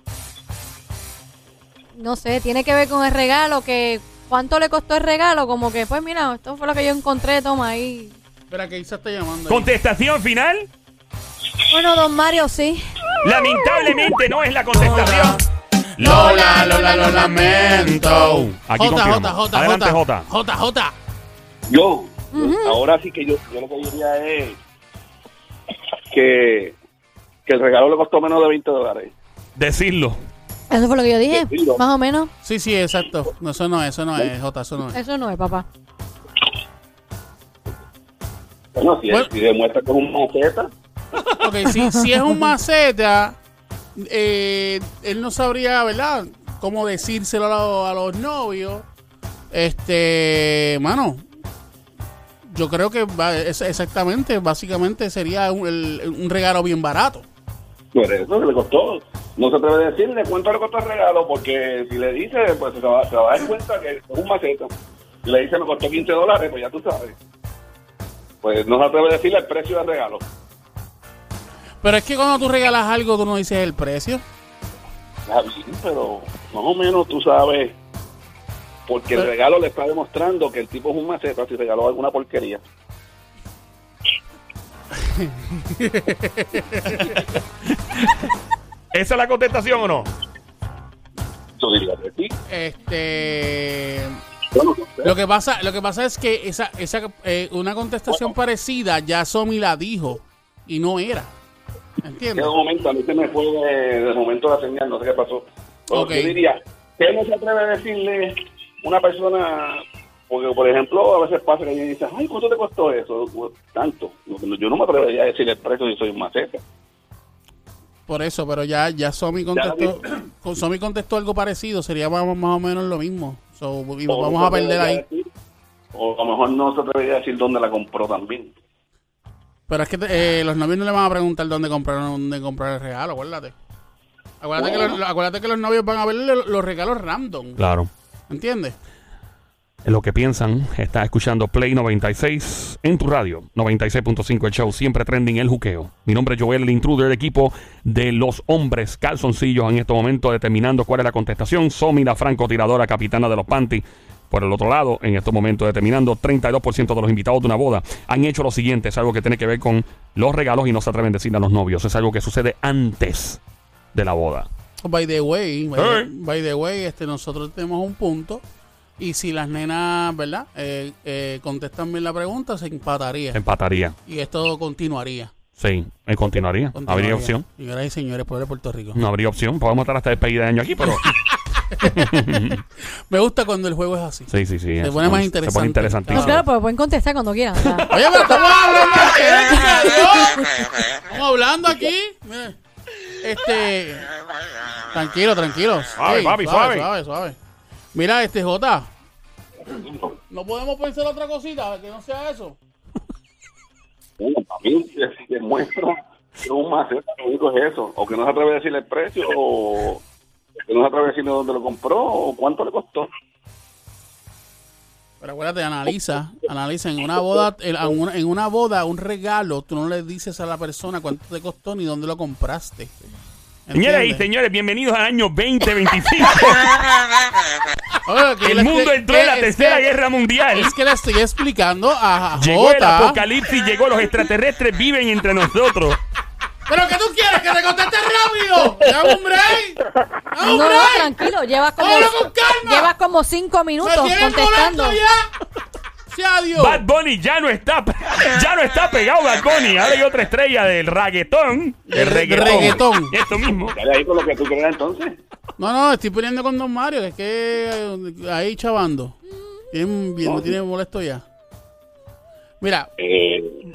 Speaker 4: No sé, tiene que ver con el regalo, que cuánto le costó el regalo, como que, pues mira, esto fue lo que yo encontré, toma ahí.
Speaker 7: Espera, que Isa está llamando. ahí.
Speaker 2: Contestación final.
Speaker 4: Bueno, don Mario, sí.
Speaker 2: Lamentablemente no es la contestación.
Speaker 7: Lola, Lola, lo lamento.
Speaker 2: Aquí
Speaker 7: Jota,
Speaker 2: continuamos.
Speaker 7: Jota, Jota,
Speaker 2: Adelante, Jota.
Speaker 7: Jota. Jota, Jota.
Speaker 5: Yo, ahora sí que yo, yo lo que diría es que, que el regalo le costó menos de 20 dólares.
Speaker 2: Decirlo.
Speaker 4: Eso fue lo que yo dije,
Speaker 5: Sí, no.
Speaker 4: más o menos.
Speaker 7: Sí, sí, exacto. No, eso no es, eso no es, Jota, eso no es.
Speaker 4: Eso no es, papá.
Speaker 5: Bueno, si,
Speaker 7: Bueno.
Speaker 5: si demuestra que es un maceta,
Speaker 7: Ok, si, si es un maceta, eh, él no sabría, ¿verdad? Cómo decírselo a, lo- a los novios. Este, mano, yo creo que va- es- exactamente, básicamente sería un, el- un regalo bien barato.
Speaker 5: por eso que le costó. No se atreve a decirle cuánto le costó el regalo, porque si le dice, pues se va, se va a dar cuenta que es un maceta. Si le dice me costó 15 dólares, pues ya tú sabes. Pues no se atreve a decirle el precio del regalo.
Speaker 7: Pero es que cuando tú regalas algo, tú no dices el precio.
Speaker 5: Ah, sí, pero más o menos tú sabes, porque el
Speaker 7: Pero-
Speaker 5: regalo le está demostrando que el tipo es un maceta si regaló alguna porquería.
Speaker 2: ¿Esa es la contestación o no?
Speaker 5: Yo diría que sí.
Speaker 7: Este,
Speaker 5: Yo no sé.
Speaker 7: Lo que pasa, lo que pasa es que esa, esa eh, una contestación parecida ya Somi la dijo y no era.
Speaker 5: Que
Speaker 7: ¿Entiendes?
Speaker 5: de momento, a mí se me fue de, de momento la señal, no sé qué pasó. Pero
Speaker 7: Ok.
Speaker 5: Yo diría, ¿qué no se atreve a decirle una persona? Porque, por ejemplo, a veces pasa que alguien dice, ay, ¿cuánto te costó eso? Tanto. No, no, Yo no me atrevería a decirle el precio si soy un maceta.
Speaker 7: Por eso, pero ya, ya Somi contestó, con- Somi contestó algo parecido, sería más, más o menos lo mismo. So, y nos
Speaker 5: O
Speaker 7: vamos
Speaker 5: no
Speaker 7: a
Speaker 5: se
Speaker 7: perder
Speaker 5: atrevería
Speaker 7: ahí.
Speaker 5: a decir- O a lo mejor no se atrevería a decir dónde la compró también.
Speaker 7: Pero es que eh, los novios no le van a preguntar dónde compraron, dónde comprar el regalo, acuérdate. Acuérdate, que, los, acuérdate que los novios van a ver lo- los regalos random,
Speaker 2: Claro.
Speaker 7: ¿entiendes?
Speaker 2: En lo que piensan, estás escuchando Play 96 en tu radio. 96.5 el show, siempre trending el juqueo. Mi nombre es Joel, el intruder, el equipo de los hombres calzoncillos en este momento, determinando cuál es la contestación. Somi, la francotiradora, capitana de los panties. Por el otro lado, en estos momentos, determinando 32% de los invitados de una boda han hecho lo siguiente. Es algo que tiene que ver con los regalos y no se atreven a decirle a los novios. Es algo que sucede antes de la boda.
Speaker 7: By the way, by,
Speaker 2: Hey.
Speaker 7: by the way, este, nosotros tenemos un punto. Y si las nenas, ¿verdad? Eh, eh, contestan bien la pregunta, se empataría.
Speaker 2: Em- Empataría.
Speaker 7: Y esto continuaría.
Speaker 2: Sí, eh, continuaría.
Speaker 7: continuaría.
Speaker 2: Habría opción.
Speaker 7: Señoras y señores, pueblo de Puerto Rico.
Speaker 2: No habría opción. Podemos estar hasta despedida de año aquí, pero.
Speaker 7: Me gusta cuando el juego es así.
Speaker 2: Sí, sí, sí.
Speaker 7: Se
Speaker 2: eso
Speaker 7: pone más
Speaker 2: Se pone
Speaker 7: interesante.
Speaker 2: interesantísimo.
Speaker 4: No, claro, pero pueden contestar cuando quieran. o sea.
Speaker 7: Oye, pero estamos hablando aquí. Estamos hablando aquí. Mira, Este. Tranquilo, tranquilo.
Speaker 2: Suave,
Speaker 7: Ey,
Speaker 2: papi, suave.
Speaker 7: Suave, suave. Mira, este J. No podemos pensar otra cosita que no sea eso.
Speaker 5: Bueno, para mí, si demuestra que es un maceta, lo único es eso. O que no se atreve a decirle el precio, o que no se atreve a decirle dónde lo compró, o cuánto le costó.
Speaker 7: Pero acuérdate, analiza, analiza en una boda, en a una, en una boda, un regalo, tú no le dices a la persona cuánto te costó ni dónde lo compraste.
Speaker 2: Señoras y
Speaker 7: ¿Entiendes?
Speaker 2: señores, bienvenidos al año 2025.
Speaker 7: Oye, que
Speaker 2: El
Speaker 7: le
Speaker 2: mundo
Speaker 7: estoy-
Speaker 2: entró en la
Speaker 7: que- es
Speaker 2: tercera
Speaker 7: que-
Speaker 2: guerra mundial.
Speaker 7: Es que le estoy explicando a
Speaker 2: Llegó el
Speaker 7: Jota.
Speaker 2: apocalipsis, llegó los extraterrestres, viven entre nosotros.
Speaker 7: Pero que tú quieres que te conteste rápido. Dame un break. Dame
Speaker 4: No,
Speaker 7: un
Speaker 4: no,
Speaker 7: break.
Speaker 4: tranquilo, llevas como,
Speaker 7: Vámonos con calma.
Speaker 4: llevas como cinco minutos
Speaker 7: Me tienes
Speaker 4: contestando.
Speaker 7: molestando ya. Sí, adiós.
Speaker 2: Bad Bunny ya no está, ya no está pegado Bad Bunny. Ahora hay otra estrella del reggaetón. El
Speaker 7: Del
Speaker 2: reggaetón.
Speaker 7: reggaetón.
Speaker 2: Esto mismo.
Speaker 5: Dale ahí con lo que tú creas entonces.
Speaker 7: No, no, estoy peleando con Don Mario, que es que eh, ahí chavando. Bien, bien, me tiene molesto ya. Mira,
Speaker 5: Eh,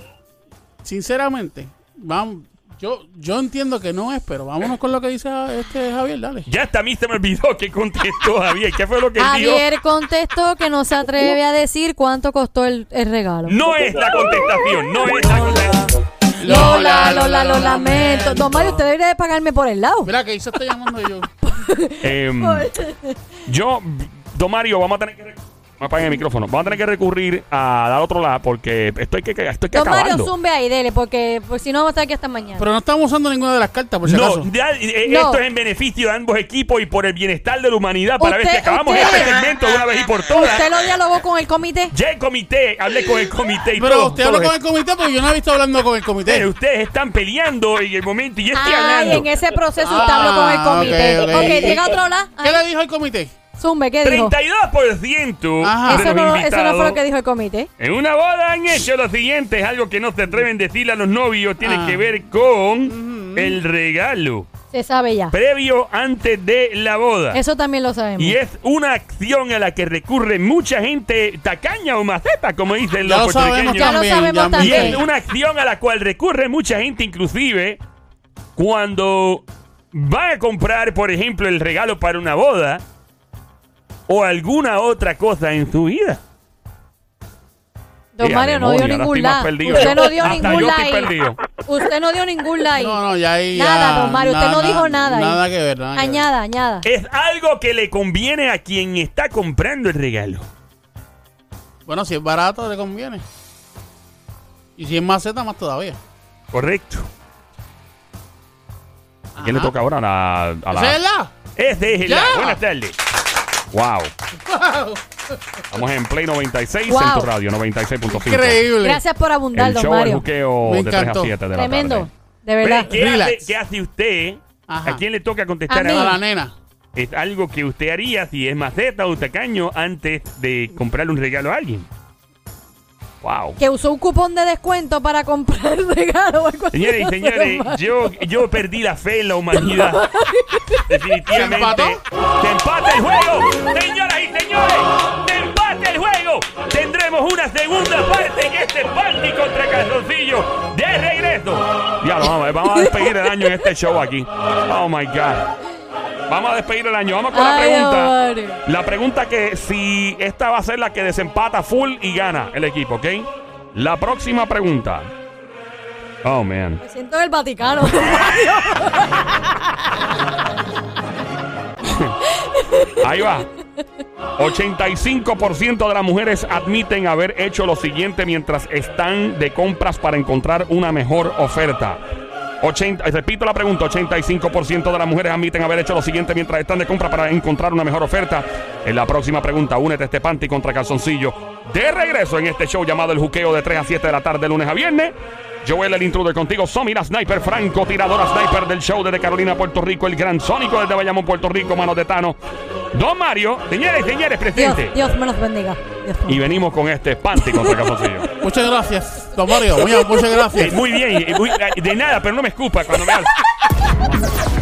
Speaker 7: sinceramente, vamos, Yo, yo entiendo que no es, pero vámonos con lo que dice este Javier, dale.
Speaker 2: Ya está, a mí se me olvidó que contestó Javier. ¿Qué fue lo que dijo?
Speaker 4: Javier contestó que no se atreve a decir cuánto costó el, el regalo.
Speaker 2: No es la contestación, no es la contestación.
Speaker 4: Lola, Lola, lo lamento. Don Mario, usted debería de pagarme por el lado.
Speaker 7: Mira, que ahí se está llamando yo.
Speaker 2: Em, yo, Don Mario, vamos a tener que. recurrir- Me apagan el micrófono. Vamos a tener que recurrir a dar otro lado porque estoy que, esto hay que
Speaker 4: Don Mario,
Speaker 2: acabando.
Speaker 4: zumbe ahí, dele, porque, porque si no vamos a estar aquí hasta mañana.
Speaker 7: Pero no estamos usando ninguna de las cartas, por si acaso.
Speaker 2: No, ya, eh, eh,
Speaker 4: No.
Speaker 2: esto es en beneficio de ambos equipos y por el bienestar de la humanidad para ver si
Speaker 4: Usted-
Speaker 2: acabamos
Speaker 4: usted-
Speaker 2: este segmento de una vez y por todas.
Speaker 4: ¿Usted lo dialogó con el comité?
Speaker 2: Ya el comité, hablé con el comité y
Speaker 7: Pero
Speaker 2: todo,
Speaker 7: usted habló
Speaker 2: todo
Speaker 7: con el comité porque yo no he visto hablando con el
Speaker 2: Ustedes-
Speaker 4: Eh,
Speaker 7: comité.
Speaker 2: Ustedes están peleando en el momento y yo estoy
Speaker 4: Ay, en
Speaker 2: hablando.
Speaker 4: ese proceso usted
Speaker 7: Ah,
Speaker 4: habló con el comité.
Speaker 7: ok,
Speaker 4: Ok,
Speaker 7: ok.
Speaker 4: llega otro lado. Ah,
Speaker 7: ¿Qué le dijo el comité?
Speaker 4: Zumbe, ¿qué dijo?
Speaker 2: 32%
Speaker 7: Ajá.
Speaker 2: de
Speaker 4: Eso
Speaker 2: los
Speaker 4: no, eso no fue
Speaker 2: invitados
Speaker 4: lo que dijo el comité.
Speaker 2: en una boda han hecho lo siguiente, es algo que no se atreven a decirle a los novios, tiene
Speaker 7: Ah.
Speaker 2: que ver con el regalo
Speaker 4: Se sabe ya.
Speaker 2: previo antes de la boda.
Speaker 4: Eso también lo sabemos.
Speaker 2: Y es una acción a la que recurre mucha gente tacaña o maceta, como dicen
Speaker 7: Ya
Speaker 2: los
Speaker 7: lo sabemos
Speaker 4: Ya
Speaker 2: puertorriqueños.
Speaker 4: lo
Speaker 7: también.
Speaker 4: sabemos
Speaker 7: ya
Speaker 2: Y es
Speaker 4: también.
Speaker 2: una acción a la cual recurre mucha gente, inclusive cuando van a comprar, por ejemplo, el regalo para una boda o alguna otra cosa en su vida.
Speaker 4: Don
Speaker 2: Sí, a
Speaker 4: Mario no dio
Speaker 2: memoria, ahora
Speaker 4: ningún
Speaker 2: estoy más
Speaker 4: like.
Speaker 2: perdido.
Speaker 4: Usted no dio
Speaker 2: Hasta
Speaker 4: ningún
Speaker 2: yo estoy
Speaker 4: like.
Speaker 2: perdido.
Speaker 4: Usted no dio ningún like.
Speaker 7: No, no, ya ahí.
Speaker 4: Nada,
Speaker 7: ya,
Speaker 4: don Mario, usted no dijo nada ahí.
Speaker 7: Nada que ver, nada. que ver.
Speaker 4: Añada, añada.
Speaker 2: Es algo que le conviene a quien está comprando el regalo.
Speaker 7: Bueno, si es barato, le conviene. Y si es maceta, más todavía.
Speaker 2: Correcto. ¿A quién le
Speaker 7: Ajá.
Speaker 2: toca ahora? A la- a la-
Speaker 7: ¿Esa es la?
Speaker 2: Ese es el
Speaker 7: Ya.
Speaker 2: like. Buenas tardes. Wow. Estamos en Play 96,
Speaker 4: Wow.
Speaker 2: Centro Radio 96.5.
Speaker 7: Increíble.
Speaker 4: Gracias por abundar,
Speaker 2: El
Speaker 4: don
Speaker 2: show El
Speaker 4: Mario.
Speaker 2: Juqueo
Speaker 7: Me
Speaker 2: de 3 a
Speaker 7: encantó.
Speaker 2: 7 de la
Speaker 4: Tremendo.
Speaker 2: tarde. eh,
Speaker 4: De
Speaker 2: Pero,
Speaker 4: verdad.
Speaker 2: ¿Qué,
Speaker 7: Relax.
Speaker 2: hace, qué hace usted?
Speaker 7: Ajá.
Speaker 2: ¿A quién le toca contestar
Speaker 4: A mí.
Speaker 7: A
Speaker 2: ahora?
Speaker 7: la nena.
Speaker 2: Es algo que usted haría si es maceta o tacaño antes de comprarle un regalo a alguien. Wow.
Speaker 4: Que usó un cupón de descuento para comprar el regalo o algo así.
Speaker 2: Señores y
Speaker 4: No sé,
Speaker 2: señores,
Speaker 4: don Mario.
Speaker 2: yo, yo perdí la fe en la humanidad. Definitivamente.
Speaker 7: ¿Se
Speaker 2: ¡Se empata el juego! Señoras y señores, ¡se empata el juego! Tendremos una segunda parte en este party contra Calzoncillo. ¡De regreso! Ya, no, vamos, vamos a despedir el año en este show aquí. Oh my God. Vamos a despedir el año. Vamos con la
Speaker 4: Ay,
Speaker 2: pregunta.
Speaker 4: don Mario.
Speaker 2: La pregunta que si esta va a ser la que desempata full y gana el equipo, ¿ok? La próxima pregunta. Oh, man.
Speaker 4: Me siento en el Vaticano, don Mario.
Speaker 2: Ahí va. 85% de las mujeres admiten haber hecho lo siguiente mientras están de compras para encontrar una mejor oferta. 80, repito la pregunta, 85% de las mujeres admiten haber hecho lo siguiente mientras están de compras para encontrar una mejor oferta. En la próxima pregunta, únete a este panty contra calzoncillo. De regreso en este show llamado El Juqueo de 3 a 7 de la tarde, lunes a viernes. Joel, el intruder contigo. Somi, la sniper, Franco, tiradora sniper del show desde Carolina, Puerto Rico. El gran sónico desde Bayamón, Puerto Rico, manos de Tano. Don Mario, señores y señores,
Speaker 4: Dios,
Speaker 2: presente.
Speaker 4: Dios me los bendiga. Dios me
Speaker 2: Y venimos con este panty contra calzoncillo.
Speaker 7: Muchas gracias, don Mario. Muy- Muchas
Speaker 2: Eh,
Speaker 7: gracias.
Speaker 2: muy bien, eh, muy- eh, de nada, pero no me escupa cuando me hables.